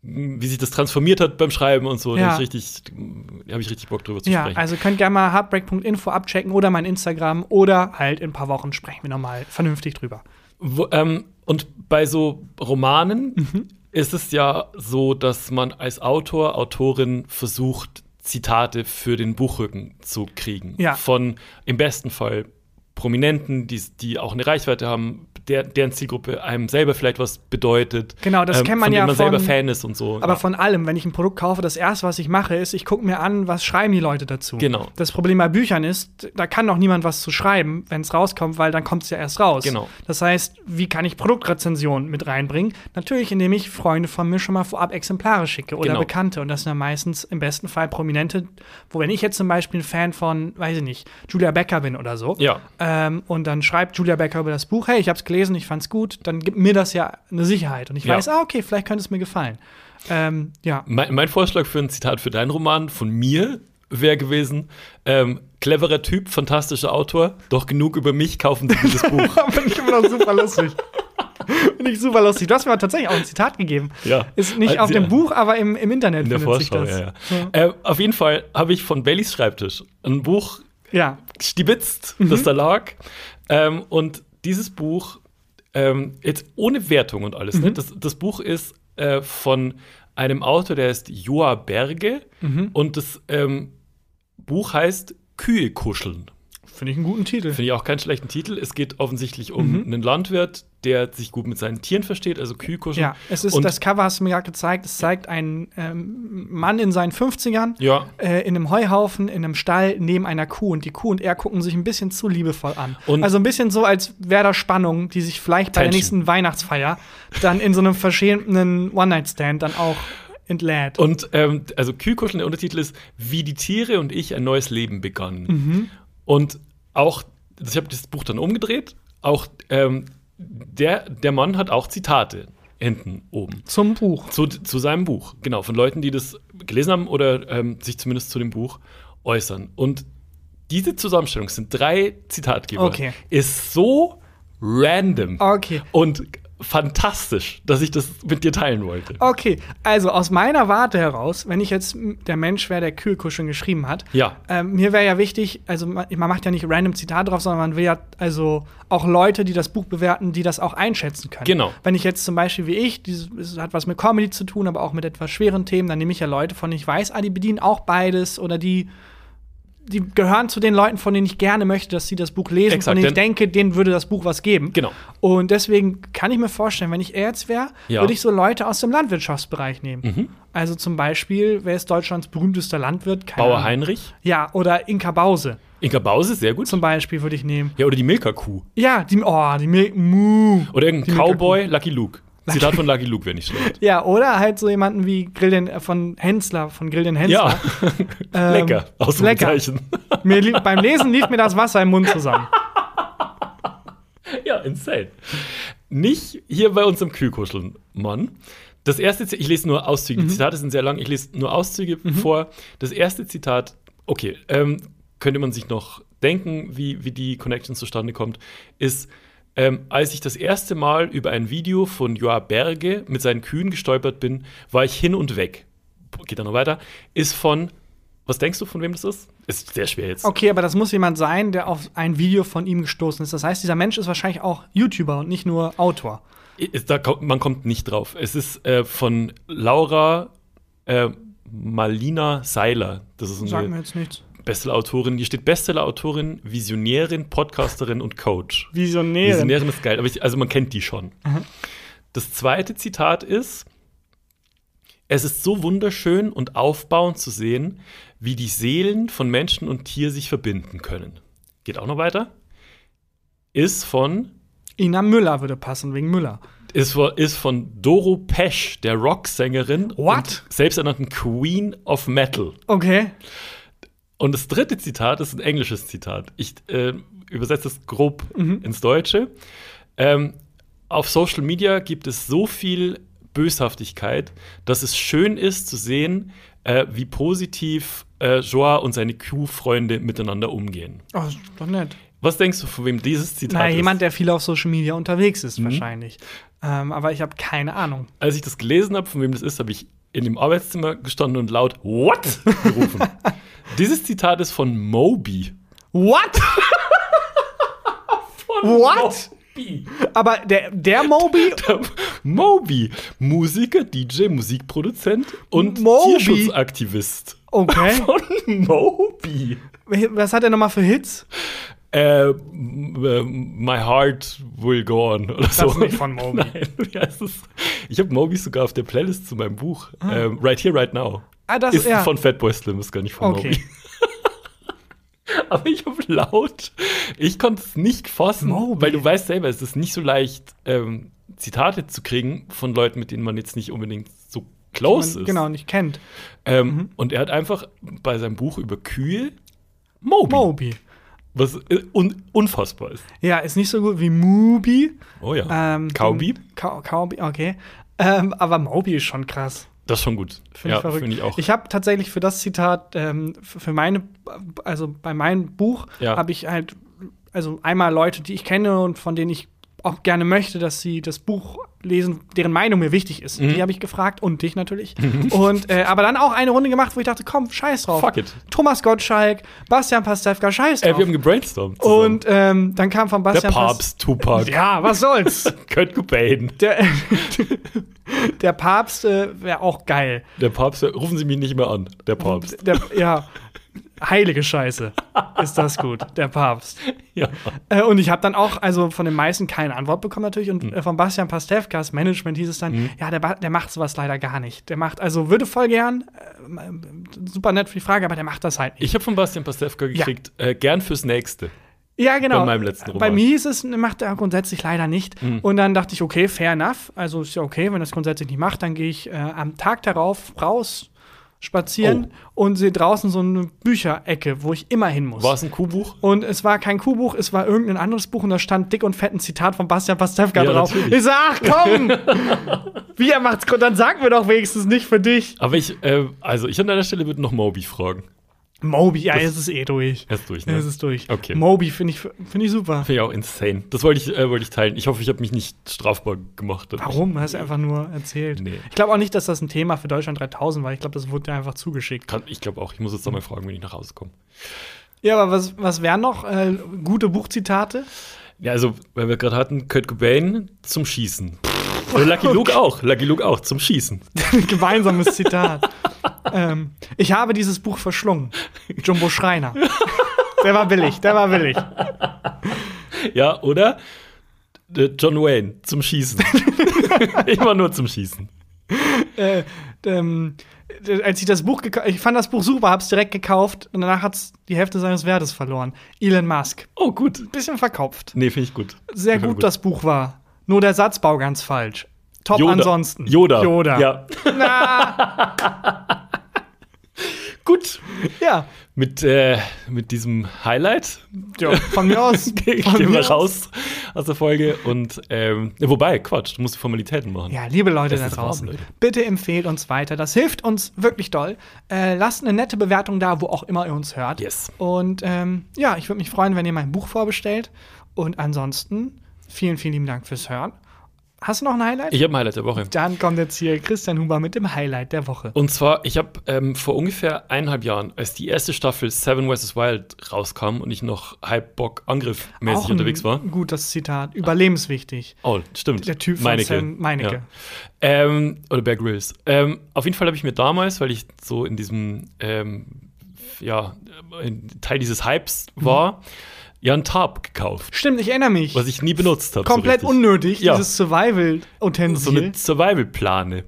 [SPEAKER 3] m, wie sich das transformiert hat beim Schreiben und so. Da
[SPEAKER 2] Ja.
[SPEAKER 3] habe ich richtig, m, hab ich richtig Bock drüber zu
[SPEAKER 2] Ja,
[SPEAKER 3] sprechen.
[SPEAKER 2] also könnt gerne mal heartbreak.info abchecken oder mein Instagram oder halt in ein paar Wochen sprechen wir noch mal vernünftig drüber.
[SPEAKER 3] Wo, ähm, und bei so Romanen
[SPEAKER 2] Mhm.
[SPEAKER 3] ist es ja so, dass man als Autor, Autorin versucht, Zitate für den Buchrücken zu kriegen.
[SPEAKER 2] Ja.
[SPEAKER 3] Von im besten Fall Prominenten, die, die auch eine Reichweite haben, der, deren Zielgruppe einem selber vielleicht was bedeutet. ähm,
[SPEAKER 2] Genau, das kennt man
[SPEAKER 3] von
[SPEAKER 2] ja
[SPEAKER 3] Dem man
[SPEAKER 2] von-
[SPEAKER 3] selber Fan ist und so.
[SPEAKER 2] Aber
[SPEAKER 3] ja.
[SPEAKER 2] von allem, wenn ich ein Produkt kaufe, das erste, was ich mache, ist, ich gucke mir an, was schreiben die Leute dazu.
[SPEAKER 3] Genau.
[SPEAKER 2] Das Problem bei Büchern ist, da kann noch niemand was zu schreiben, wenn es rauskommt, weil dann kommt es ja erst raus.
[SPEAKER 3] Genau.
[SPEAKER 2] Das heißt, wie kann ich Produktrezensionen mit reinbringen? Natürlich, indem ich Freunde von mir schon mal vorab Exemplare schicke oder
[SPEAKER 3] Genau.
[SPEAKER 2] Bekannte. Und das sind ja meistens im besten Fall Prominente, wo wenn ich jetzt zum Beispiel ein Fan von, weiß ich nicht, Julia Becker bin oder so,
[SPEAKER 3] Ja.
[SPEAKER 2] ähm, und dann schreibt Julia Becker über das Buch, hey, ich habe es gelesen, ich fand es gut, dann gibt mir das ja eine Sicherheit. Und ich
[SPEAKER 3] Ja.
[SPEAKER 2] weiß, ah, okay, vielleicht könnte es mir gefallen. Ähm, ja. [LAUGHS]
[SPEAKER 3] mein, mein Vorschlag für ein Zitat für deinen Roman von mir wäre gewesen: ähm, cleverer Typ, fantastischer Autor, doch genug über mich, kaufen Sie
[SPEAKER 2] [LAUGHS]
[SPEAKER 3] dieses Buch.
[SPEAKER 2] Finde ich immer noch super
[SPEAKER 3] [LAUGHS]
[SPEAKER 2] lustig. Finde ich super lustig. Du hast mir aber tatsächlich auch ein Zitat gegeben.
[SPEAKER 3] Ja.
[SPEAKER 2] Ist nicht
[SPEAKER 3] Also,
[SPEAKER 2] auf
[SPEAKER 3] ja.
[SPEAKER 2] dem Buch, aber im, im Internet
[SPEAKER 3] In der
[SPEAKER 2] findet
[SPEAKER 3] Vorschau,
[SPEAKER 2] sich das.
[SPEAKER 3] ja, ja. Äh, auf jeden Fall habe ich von Baileys Schreibtisch ein Buch
[SPEAKER 2] ja.
[SPEAKER 3] stibitzt,
[SPEAKER 2] Mhm.
[SPEAKER 3] das da lag. Ähm, und dieses Buch, ähm, jetzt ohne Wertung und alles,
[SPEAKER 2] Mhm.
[SPEAKER 3] ne? das, das Buch ist äh, von einem Autor, der heißt Joa Berge.
[SPEAKER 2] Mhm.
[SPEAKER 3] Und das ähm, Buch heißt Kühe kuscheln.
[SPEAKER 2] Finde ich einen guten Titel.
[SPEAKER 3] Finde ich auch keinen schlechten Titel. Es geht offensichtlich
[SPEAKER 2] Mhm.
[SPEAKER 3] um einen Landwirt, der sich gut mit seinen Tieren versteht, also Kühe kuscheln.
[SPEAKER 2] Ja, es ist,
[SPEAKER 3] und,
[SPEAKER 2] das Cover hast du mir gerade gezeigt, es zeigt einen ähm, Mann in seinen 50ern
[SPEAKER 3] Ja.
[SPEAKER 2] äh, in einem Heuhaufen, in einem Stall neben einer Kuh und die Kuh und er gucken sich ein bisschen zu liebevoll an.
[SPEAKER 3] Und-
[SPEAKER 2] also ein bisschen so, als wäre da Spannung, die sich vielleicht bei der
[SPEAKER 3] Tension.
[SPEAKER 2] nächsten Weihnachtsfeier dann in so einem verschämten One-Night-Stand dann auch entlädt.
[SPEAKER 3] Und ähm, also Kühlkuscheln, der Untertitel ist, wie die Tiere und ich ein neues Leben begannen.
[SPEAKER 2] Mhm.
[SPEAKER 3] Und auch, ich habe das Buch dann umgedreht, auch ähm, der, der Mann hat auch Zitate hinten oben.
[SPEAKER 2] Zum Buch.
[SPEAKER 3] Zu, zu seinem Buch, genau, von Leuten, die das gelesen haben oder ähm, sich zumindest zu dem Buch äußern. Und diese Zusammenstellung es sind drei Zitatgeber.
[SPEAKER 2] Okay.
[SPEAKER 3] Ist so random.
[SPEAKER 2] Okay.
[SPEAKER 3] Und fantastisch, dass ich das mit dir teilen wollte.
[SPEAKER 2] Okay, also aus meiner Warte heraus, wenn ich jetzt m- der Mensch wäre, der Kühlkuscheln geschrieben hat,
[SPEAKER 3] Ja.
[SPEAKER 2] ähm, mir wäre ja wichtig, also man, man macht ja nicht random Zitat drauf, sondern man will ja also auch Leute, die das Buch bewerten, die das auch einschätzen können.
[SPEAKER 3] Genau.
[SPEAKER 2] Wenn ich jetzt zum Beispiel wie ich, dieses es hat was mit Comedy zu tun, aber auch mit etwas schweren Themen, dann nehme ich ja Leute, von denen ich weiß, ah, die bedienen auch beides oder die die gehören zu den Leuten, von denen ich gerne möchte, dass sie das Buch lesen,
[SPEAKER 3] Exakt,
[SPEAKER 2] von denen ich
[SPEAKER 3] denn-
[SPEAKER 2] denke, denen würde das Buch was geben.
[SPEAKER 3] Genau.
[SPEAKER 2] Und deswegen kann ich mir vorstellen, wenn ich er jetzt wäre,
[SPEAKER 3] Ja. Mhm.
[SPEAKER 2] würde ich so Leute aus dem Landwirtschaftsbereich nehmen. Also zum Beispiel, wer ist Deutschlands berühmtester Landwirt? Keine
[SPEAKER 3] Bauer
[SPEAKER 2] Ahnung.
[SPEAKER 3] Heinrich,
[SPEAKER 2] Ja, oder Inka Bause
[SPEAKER 3] Inka Bause, sehr gut.
[SPEAKER 2] zum Beispiel würde ich nehmen.
[SPEAKER 3] Ja, oder die Milka-Kuh.
[SPEAKER 2] Ja, die, oh, die Milk, Mu.
[SPEAKER 3] Oder irgendein
[SPEAKER 2] Die Milka-Kuh.
[SPEAKER 3] Cowboy, Lucky Luke. Zitat von Lucky Luke wäre nicht schlecht.
[SPEAKER 2] Ja, oder halt so jemanden wie Grill den, äh, von Hensler, von Grill den Hensler.
[SPEAKER 3] Ja, [LAUGHS] lecker. Ausrufezeichen.
[SPEAKER 2] [LAUGHS] Mir lieb, beim Lesen lief mir das Wasser im Mund zusammen.
[SPEAKER 3] Ja, insane. Nicht hier bei uns im Kühlkuscheln, Mann. Das erste, Zi- ich lese nur Auszüge. Die Zitate sind sehr lang. Ich lese nur Auszüge vor. Das erste Zitat, okay, ähm, könnte man sich noch denken, wie, wie die Connection zustande kommt, ist, ähm, als ich das erste Mal über ein Video von Joa Berge mit seinen Kühen gestolpert bin, war ich hin und weg. Geht dann noch weiter. Ist von, was denkst du, von wem das ist? Ist sehr schwer jetzt.
[SPEAKER 2] Okay, aber das muss jemand sein, der auf ein Video von ihm gestoßen ist. Das heißt, dieser Mensch ist wahrscheinlich auch YouTuber und nicht nur Autor.
[SPEAKER 3] Ist- Da kommt, man kommt nicht drauf. Es ist äh, von Laura äh, Malina Seiler. Das ist
[SPEAKER 2] Sagt mir
[SPEAKER 3] eine
[SPEAKER 2] jetzt nichts.
[SPEAKER 3] Bestseller-Autorin. Hier steht Bestseller-Autorin, Visionärin, Podcasterin und Coach.
[SPEAKER 2] Visionären.
[SPEAKER 3] Visionärin ist geil, aber ich, also man kennt die schon. Das zweite Zitat ist: Es ist so wunderschön und aufbauend zu sehen, wie die Seelen von Menschen und Tier sich verbinden können. Geht auch noch weiter. Ist von
[SPEAKER 2] Ina Müller würde passen, wegen Müller.
[SPEAKER 3] ist von, ist von Doro Pesch, der Rocksängerin
[SPEAKER 2] What?
[SPEAKER 3] und selbsternannten Queen of Metal.
[SPEAKER 2] Okay.
[SPEAKER 3] Und das dritte Zitat ist ein englisches Zitat. Ich äh, übersetze es grob
[SPEAKER 2] Mhm.
[SPEAKER 3] ins Deutsche. Ähm, auf Social Media gibt es so viel Böshaftigkeit, dass es schön ist zu sehen, äh, wie positiv äh, Joa und seine Q-Freunde miteinander umgehen.
[SPEAKER 2] Oh, ist doch nett.
[SPEAKER 3] Was denkst du, von wem dieses Zitat
[SPEAKER 2] Na,
[SPEAKER 3] ist?
[SPEAKER 2] jemand, der viel auf Social Media unterwegs
[SPEAKER 3] Mhm.
[SPEAKER 2] ist, wahrscheinlich. Ähm, aber ich habe keine Ahnung.
[SPEAKER 3] als ich das gelesen habe, von wem das ist, habe ich in dem Arbeitszimmer gestanden und laut What
[SPEAKER 2] [LAUGHS]
[SPEAKER 3] gerufen. Dieses Zitat ist von Moby.
[SPEAKER 2] What? [LAUGHS] What?
[SPEAKER 3] Moby.
[SPEAKER 2] Aber der, der Moby?
[SPEAKER 3] Moby, Musiker, DJ, Musikproduzent und
[SPEAKER 2] Moby.
[SPEAKER 3] Tierschutzaktivist.
[SPEAKER 2] Okay.
[SPEAKER 3] [LAUGHS] Von Moby.
[SPEAKER 2] Was hat er nochmal für Hits?
[SPEAKER 3] Äh, m- äh, my heart will go on oder so.
[SPEAKER 2] ist nicht von Moby.
[SPEAKER 3] [LAUGHS] Nein, wie heißt es? Ich habe Moby sogar auf der Playlist zu meinem Buch. Ähm, right here, right now.
[SPEAKER 2] Ah, das-
[SPEAKER 3] ist
[SPEAKER 2] ja.
[SPEAKER 3] von Fatboy Slim, ist gar nicht von
[SPEAKER 2] Okay.
[SPEAKER 3] Moby. [LAUGHS] Aber ich habe laut. Ich konnte es nicht fassen,
[SPEAKER 2] Moby.
[SPEAKER 3] weil du weißt selber, es ist nicht so leicht, ähm, Zitate zu kriegen von Leuten, mit denen man jetzt nicht unbedingt so close
[SPEAKER 2] Man,
[SPEAKER 3] ist.
[SPEAKER 2] genau, Mhm. nicht kennt.
[SPEAKER 3] Ähm, Und er hat einfach bei seinem Buch über Kühe Moby,
[SPEAKER 2] Moby.
[SPEAKER 3] was äh, un unfassbar ist.
[SPEAKER 2] Ja, ist nicht so gut wie Mubi.
[SPEAKER 3] Oh ja.
[SPEAKER 2] Ähm,
[SPEAKER 3] Cowby,
[SPEAKER 2] Ka- Cowby, okay. Ähm, aber Moby ist schon krass.
[SPEAKER 3] das ist schon gut.
[SPEAKER 2] Finde
[SPEAKER 3] ja,
[SPEAKER 2] ich verrückt.
[SPEAKER 3] Finde ich auch.
[SPEAKER 2] habe tatsächlich für das Zitat, ähm, f- für meine, also bei meinem Buch,
[SPEAKER 3] Ja.
[SPEAKER 2] habe ich halt, also einmal Leute, die ich kenne und von denen ich auch gerne möchte, dass sie das Buch lesen, deren Meinung mir wichtig ist.
[SPEAKER 3] Mhm.
[SPEAKER 2] Die habe ich gefragt und dich natürlich.
[SPEAKER 3] [LAUGHS]
[SPEAKER 2] und äh, aber dann auch eine Runde gemacht, wo ich dachte, komm, scheiß drauf.
[SPEAKER 3] Fuck it.
[SPEAKER 2] Thomas Gottschalk, Bastian Pastewka, scheiß
[SPEAKER 3] Äh,
[SPEAKER 2] drauf.
[SPEAKER 3] wir haben gebrainstormt. zusammen.
[SPEAKER 2] und ähm, dann kam von
[SPEAKER 3] der
[SPEAKER 2] Bastian Pas-
[SPEAKER 3] Papst, Tupac,
[SPEAKER 2] Ja, was
[SPEAKER 3] [LAUGHS]
[SPEAKER 2] soll's?
[SPEAKER 3] Kurt Cobain.
[SPEAKER 2] der, der Papst äh, wäre auch geil.
[SPEAKER 3] Der Papst, rufen Sie mich nicht mehr an. Der Papst.
[SPEAKER 2] Der, ja, heilige Scheiße. Ist das gut, der Papst.
[SPEAKER 3] Ja.
[SPEAKER 2] Äh, und ich habe dann auch, also von den meisten keine Antwort bekommen natürlich.
[SPEAKER 3] Hm.
[SPEAKER 2] Und äh, von Bastian Pastewkas Management hieß es dann, ja, der, Ba- der macht sowas leider gar nicht. Der macht, also würde voll gern, äh, super nett für die Frage, aber der macht das halt nicht.
[SPEAKER 3] Ich habe von Bastian Pastewka gekriegt, äh, gern fürs Nächste.
[SPEAKER 2] Ja, genau.
[SPEAKER 3] Bei meinem letzten Roman. Hm.
[SPEAKER 2] Bei mir hieß es, macht er grundsätzlich leider nicht. Und dann dachte ich, okay, fair enough. Also ist ja okay, wenn er es grundsätzlich nicht macht, dann gehe ich äh, am Tag darauf raus spazieren
[SPEAKER 3] Oh.
[SPEAKER 2] und sehe draußen so eine Bücherecke, wo ich immer hin muss.
[SPEAKER 3] War es ein Kuhbuch?
[SPEAKER 2] Und es war kein Kuhbuch, es war irgendein anderes Buch und da stand dick und fett ein Zitat von Bastian Pastewka
[SPEAKER 3] Ja,
[SPEAKER 2] drauf.
[SPEAKER 3] natürlich.
[SPEAKER 2] Ich sag, ach
[SPEAKER 3] [LAUGHS]
[SPEAKER 2] komm! Wie er macht's, dann sag mir doch wenigstens nicht für dich.
[SPEAKER 3] Aber ich, äh, also ich an deiner Stelle würde noch Moby fragen.
[SPEAKER 2] Moby, ja, es ist eh durch.
[SPEAKER 3] Erst durch, ne?
[SPEAKER 2] Es ist durch.
[SPEAKER 3] Okay.
[SPEAKER 2] Moby finde ich, find ich super.
[SPEAKER 3] Finde ich auch insane. Das wollte ich, äh, wollte ich teilen. Ich hoffe, ich habe mich nicht strafbar gemacht. dadurch.
[SPEAKER 2] Warum? Hast du einfach nur erzählt.
[SPEAKER 3] Nee.
[SPEAKER 2] Ich glaube auch nicht, dass das ein Thema für Deutschland 3000 war. Ich glaube, das wurde dir einfach zugeschickt.
[SPEAKER 3] Kann, ich glaube auch, ich muss jetzt nochmal fragen, wenn ich nach Hause komme.
[SPEAKER 2] Ja, aber was, was wären noch äh, gute Buchzitate?
[SPEAKER 3] Ja, also, weil wir gerade hatten, Kurt Cobain zum Schießen. Oder Lucky Luke auch. Lucky Luke auch zum Schießen.
[SPEAKER 2] Gemeinsames
[SPEAKER 3] [LAUGHS]
[SPEAKER 2] Zitat. ähm, ich habe dieses Buch verschlungen. Jumbo Schreiner. Der war billig, der war billig.
[SPEAKER 3] Ja, oder? Äh, John Wayne zum
[SPEAKER 2] [LAUGHS]
[SPEAKER 3] Schießen. Immer nur zum Schießen.
[SPEAKER 2] Äh, ähm, d- als ich das Buch gekauft ich fand das Buch super, hab's direkt gekauft und danach hat's die Hälfte seines Wertes verloren. Elon Musk.
[SPEAKER 3] Oh, gut.
[SPEAKER 2] Bisschen verkauft.
[SPEAKER 3] Nee, finde ich gut.
[SPEAKER 2] Sehr
[SPEAKER 3] Gefällt mir
[SPEAKER 2] gut das Buch war. Nur der Satzbau ganz falsch. Top
[SPEAKER 3] Yoda.
[SPEAKER 2] ansonsten.
[SPEAKER 3] Yoda.
[SPEAKER 2] Yoda.
[SPEAKER 3] Ja. gut. [LAUGHS]
[SPEAKER 2] ja.
[SPEAKER 3] Mit, äh, mit diesem Highlight [LAUGHS]
[SPEAKER 2] Ja, von mir aus.
[SPEAKER 3] Ge-
[SPEAKER 2] von
[SPEAKER 3] gehen
[SPEAKER 2] mir
[SPEAKER 3] wir
[SPEAKER 2] aus.
[SPEAKER 3] raus aus der Folge und ähm, ja, wobei, Quatsch, du musst die Formalitäten machen.
[SPEAKER 2] Ja, liebe Leute
[SPEAKER 3] Das
[SPEAKER 2] da
[SPEAKER 3] ist
[SPEAKER 2] draußen,
[SPEAKER 3] Rahmen, Leute.
[SPEAKER 2] bitte empfehlt uns weiter. Das hilft uns wirklich doll. Äh, lasst eine nette Bewertung da, wo auch immer ihr uns hört.
[SPEAKER 3] Yes.
[SPEAKER 2] Und ähm, ja, ich würde mich freuen, wenn ihr mein Buch vorbestellt. Und ansonsten, vielen, vielen lieben Dank fürs Hören. Hast du noch ein Highlight?
[SPEAKER 3] Ich habe ein Highlight der Woche.
[SPEAKER 2] Dann kommt jetzt hier Christian Huber mit dem Highlight der Woche.
[SPEAKER 3] Und zwar, ich habe ähm, vor ungefähr eineinhalb Jahren, als die erste Staffel Seven vs. Wild rauskam und ich noch halb Bock angriffmäßig
[SPEAKER 2] Auch
[SPEAKER 3] unterwegs war.
[SPEAKER 2] ein gutes Zitat. Überlebenswichtig.
[SPEAKER 3] Oh, stimmt.
[SPEAKER 2] Der Typ von Sam Meinecke.
[SPEAKER 3] Ja. Ähm, oder Bear Grylls. Ähm, auf jeden Fall habe ich mir damals, weil ich so in diesem ähm, ja, in Teil dieses Hypes
[SPEAKER 2] Mhm.
[SPEAKER 3] war, ja einen Tarp gekauft,
[SPEAKER 2] Stimmt, ich erinnere mich.
[SPEAKER 3] was ich nie benutzt habe.
[SPEAKER 2] Komplett
[SPEAKER 3] so richtig.
[SPEAKER 2] unnötig,
[SPEAKER 3] Ja.
[SPEAKER 2] dieses
[SPEAKER 3] so
[SPEAKER 2] Survival-Utensil.
[SPEAKER 3] eine Survival-Plane.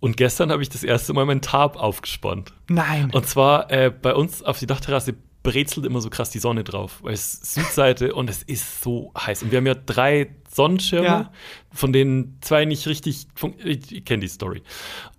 [SPEAKER 3] Und gestern habe ich das erste Mal meinen Tarp aufgespannt.
[SPEAKER 2] Nein.
[SPEAKER 3] Und zwar äh, bei uns auf die Dachterrasse brezelt immer so krass die Sonne drauf, weil es Südseite [LAUGHS] und es ist so heiß. Und wir haben ja drei Sonnenschirme,
[SPEAKER 2] Ja.
[SPEAKER 3] von denen zwei nicht richtig. fun- Ich, ich kenne die Story.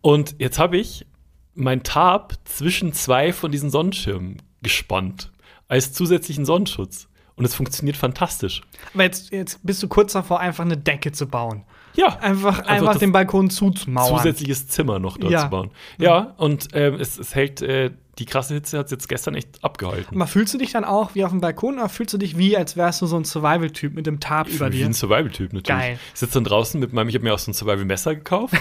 [SPEAKER 3] Und jetzt habe ich mein Tarp zwischen zwei von diesen Sonnenschirmen gespannt, als zusätzlichen Sonnenschutz. Und es funktioniert fantastisch.
[SPEAKER 2] Aber jetzt, jetzt bist du kurz davor, einfach eine Decke zu bauen.
[SPEAKER 3] Ja.
[SPEAKER 2] Einfach,
[SPEAKER 3] Also
[SPEAKER 2] einfach
[SPEAKER 3] das-
[SPEAKER 2] den Balkon zuzumauern.
[SPEAKER 3] zusätzliches Zimmer noch dazu
[SPEAKER 2] Ja.
[SPEAKER 3] bauen. Ja, und ähm, es, es hält, äh, die krasse Hitze hat es jetzt gestern echt abgehalten.
[SPEAKER 2] Aber fühlst du dich dann auch wie auf dem Balkon oder fühlst du dich wie, als wärst du so ein Survival-Typ mit dem Tarp über
[SPEAKER 3] Wie
[SPEAKER 2] dir?
[SPEAKER 3] ein Survival-Typ natürlich.
[SPEAKER 2] Geil.
[SPEAKER 3] Ich sitze dann draußen mit meinem, ich habe mir auch so ein
[SPEAKER 2] [LAUGHS]
[SPEAKER 3] Survival-Messer gekauft.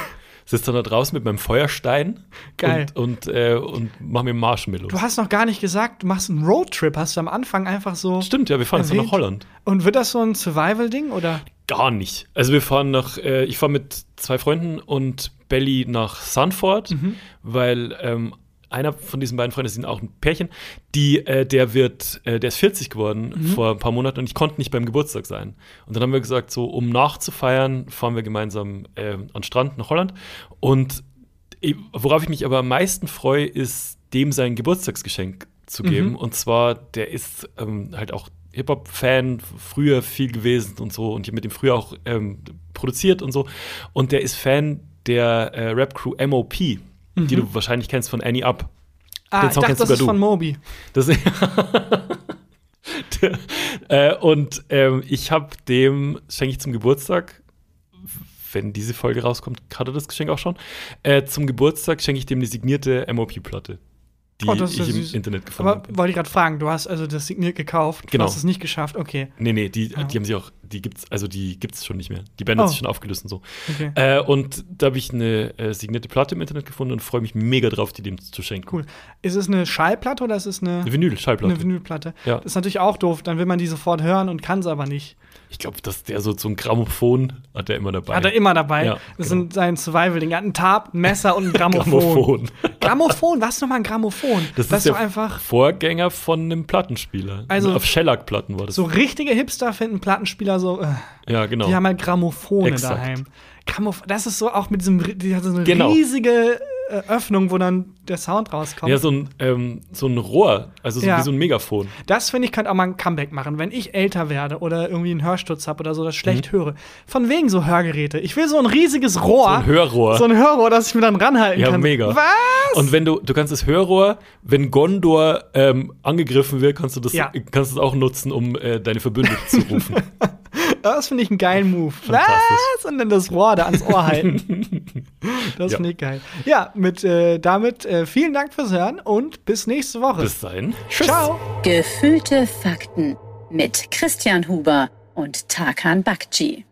[SPEAKER 3] sitze dann da draußen mit meinem Feuerstein
[SPEAKER 2] Geil.
[SPEAKER 3] und, und, äh, und mache mir Marshmallows.
[SPEAKER 2] Du hast noch gar nicht gesagt, du machst einen Roadtrip, hast du am Anfang einfach so.
[SPEAKER 3] Stimmt, ja, wir fahren jetzt
[SPEAKER 2] erwähnt.
[SPEAKER 3] nach Holland.
[SPEAKER 2] Und wird das so ein Survival-Ding oder?
[SPEAKER 3] Gar nicht. Also wir fahren nach, äh, ich fahre mit zwei Freunden und Belly nach Sanford, weil ähm, einer von diesen beiden Freunden, das sind auch ein Pärchen, die, äh, der wird, äh, der ist 40 geworden vor ein paar Monaten und ich konnte nicht beim Geburtstag sein. Und dann haben wir gesagt, so um nachzufeiern, fahren wir gemeinsam äh, an den Strand nach Holland. Und ich- worauf ich mich aber am meisten freue, ist dem sein Geburtstagsgeschenk zu geben. Und zwar, der ist ähm, halt auch Hip-Hop-Fan, früher viel gewesen und so. Und ich habe mit dem früher auch ähm, produziert und so. Und der ist Fan der äh, Rap-Crew MOP, die du wahrscheinlich kennst von Annie Up.
[SPEAKER 2] Ah,
[SPEAKER 3] Den
[SPEAKER 2] ich
[SPEAKER 3] Song
[SPEAKER 2] dachte,
[SPEAKER 3] kennst
[SPEAKER 2] das
[SPEAKER 3] sogar
[SPEAKER 2] ist
[SPEAKER 3] du.
[SPEAKER 2] von Moby.
[SPEAKER 3] Das [LAUGHS] Der- äh, und ähm, ich habe dem, schenke ich zum Geburtstag, wenn diese Folge rauskommt, hat er das Geschenk auch schon, äh, zum Geburtstag schenke ich dem eine signierte MOP-Platte, die
[SPEAKER 2] Oh, das ist
[SPEAKER 3] ich
[SPEAKER 2] ja
[SPEAKER 3] im
[SPEAKER 2] süß.
[SPEAKER 3] Internet gefunden
[SPEAKER 2] Aber
[SPEAKER 3] habe.
[SPEAKER 2] wollte ich gerade fragen, du hast also das signiert gekauft,
[SPEAKER 3] Genau.
[SPEAKER 2] du hast es nicht geschafft, okay.
[SPEAKER 3] Nee, nee, die, die haben sie auch, die gibt's, also die gibt's schon nicht mehr. Die Band
[SPEAKER 2] Oh.
[SPEAKER 3] hat sich schon aufgelöst und so.
[SPEAKER 2] okay.
[SPEAKER 3] Äh, und da habe ich eine äh, signierte Platte im Internet gefunden und freue mich mega drauf, die dem zu schenken.
[SPEAKER 2] Cool. Ist es eine Schallplatte oder ist es eine,
[SPEAKER 3] Eine Vinyl-Schallplatte.
[SPEAKER 2] eine Vinylplatte?
[SPEAKER 3] Ja.
[SPEAKER 2] Das ist natürlich auch doof, dann will man die sofort hören und kann sie aber nicht.
[SPEAKER 3] ich glaube, dass der so zum Grammophon hat er immer dabei.
[SPEAKER 2] Hat er immer dabei.
[SPEAKER 3] Ja,
[SPEAKER 2] das
[SPEAKER 3] genau.
[SPEAKER 2] sind sein Survival-Ding. Er hat einen Tab, ein Messer und ein Grammophon.
[SPEAKER 3] [LAUGHS] Grammophon.
[SPEAKER 2] Grammophon, was nochmal ein Grammophon?
[SPEAKER 3] Das, ist
[SPEAKER 2] doch
[SPEAKER 3] der
[SPEAKER 2] einfach.
[SPEAKER 3] Vorgänger von einem Plattenspieler.
[SPEAKER 2] Also-
[SPEAKER 3] auf Shellac-Platten war das.
[SPEAKER 2] So richtige Hipster finden Plattenspieler so, äh,
[SPEAKER 3] ja, genau.
[SPEAKER 2] die haben halt Grammophone
[SPEAKER 3] Exakt.
[SPEAKER 2] daheim. Grammof das ist so auch mit diesem, ri- die hat so eine
[SPEAKER 3] Genau.
[SPEAKER 2] riesige äh, Öffnung, wo dann der Sound rauskommt.
[SPEAKER 3] ja, so ein, ähm, so ein Rohr, also so
[SPEAKER 2] Ja.
[SPEAKER 3] wie so ein Megafon.
[SPEAKER 2] Das finde ich, könnte auch mal ein Comeback machen, wenn ich älter werde oder irgendwie einen Hörsturz habe oder so, das schlecht höre. Von wegen so Hörgeräte. Ich will so ein riesiges Rohr.
[SPEAKER 3] Mhm. So ein Hörrohr.
[SPEAKER 2] So ein Hörrohr, das ich mir dann ranhalten
[SPEAKER 3] Ja,
[SPEAKER 2] kann.
[SPEAKER 3] mega.
[SPEAKER 2] Was?
[SPEAKER 3] Und wenn du, du kannst das Hörrohr, wenn Gondor ähm, angegriffen wird, kannst du das,
[SPEAKER 2] Ja.
[SPEAKER 3] kannst du es auch nutzen, um äh, deine Verbündeten
[SPEAKER 2] [LAUGHS]
[SPEAKER 3] zu rufen.
[SPEAKER 2] Das finde ich einen geilen Move.
[SPEAKER 3] Fantastisch.
[SPEAKER 2] Was?
[SPEAKER 3] [LAUGHS]
[SPEAKER 2] Und dann das Rohr da ans Ohr halten. das
[SPEAKER 3] Ja.
[SPEAKER 2] finde ich geil. Ja, mit, äh, damit äh, äh, vielen Dank fürs Hören und bis nächste Woche.
[SPEAKER 3] Bis dahin.
[SPEAKER 2] Ciao.
[SPEAKER 1] Gefühlte Fakten mit Christian Huber und Tarkan Bakci.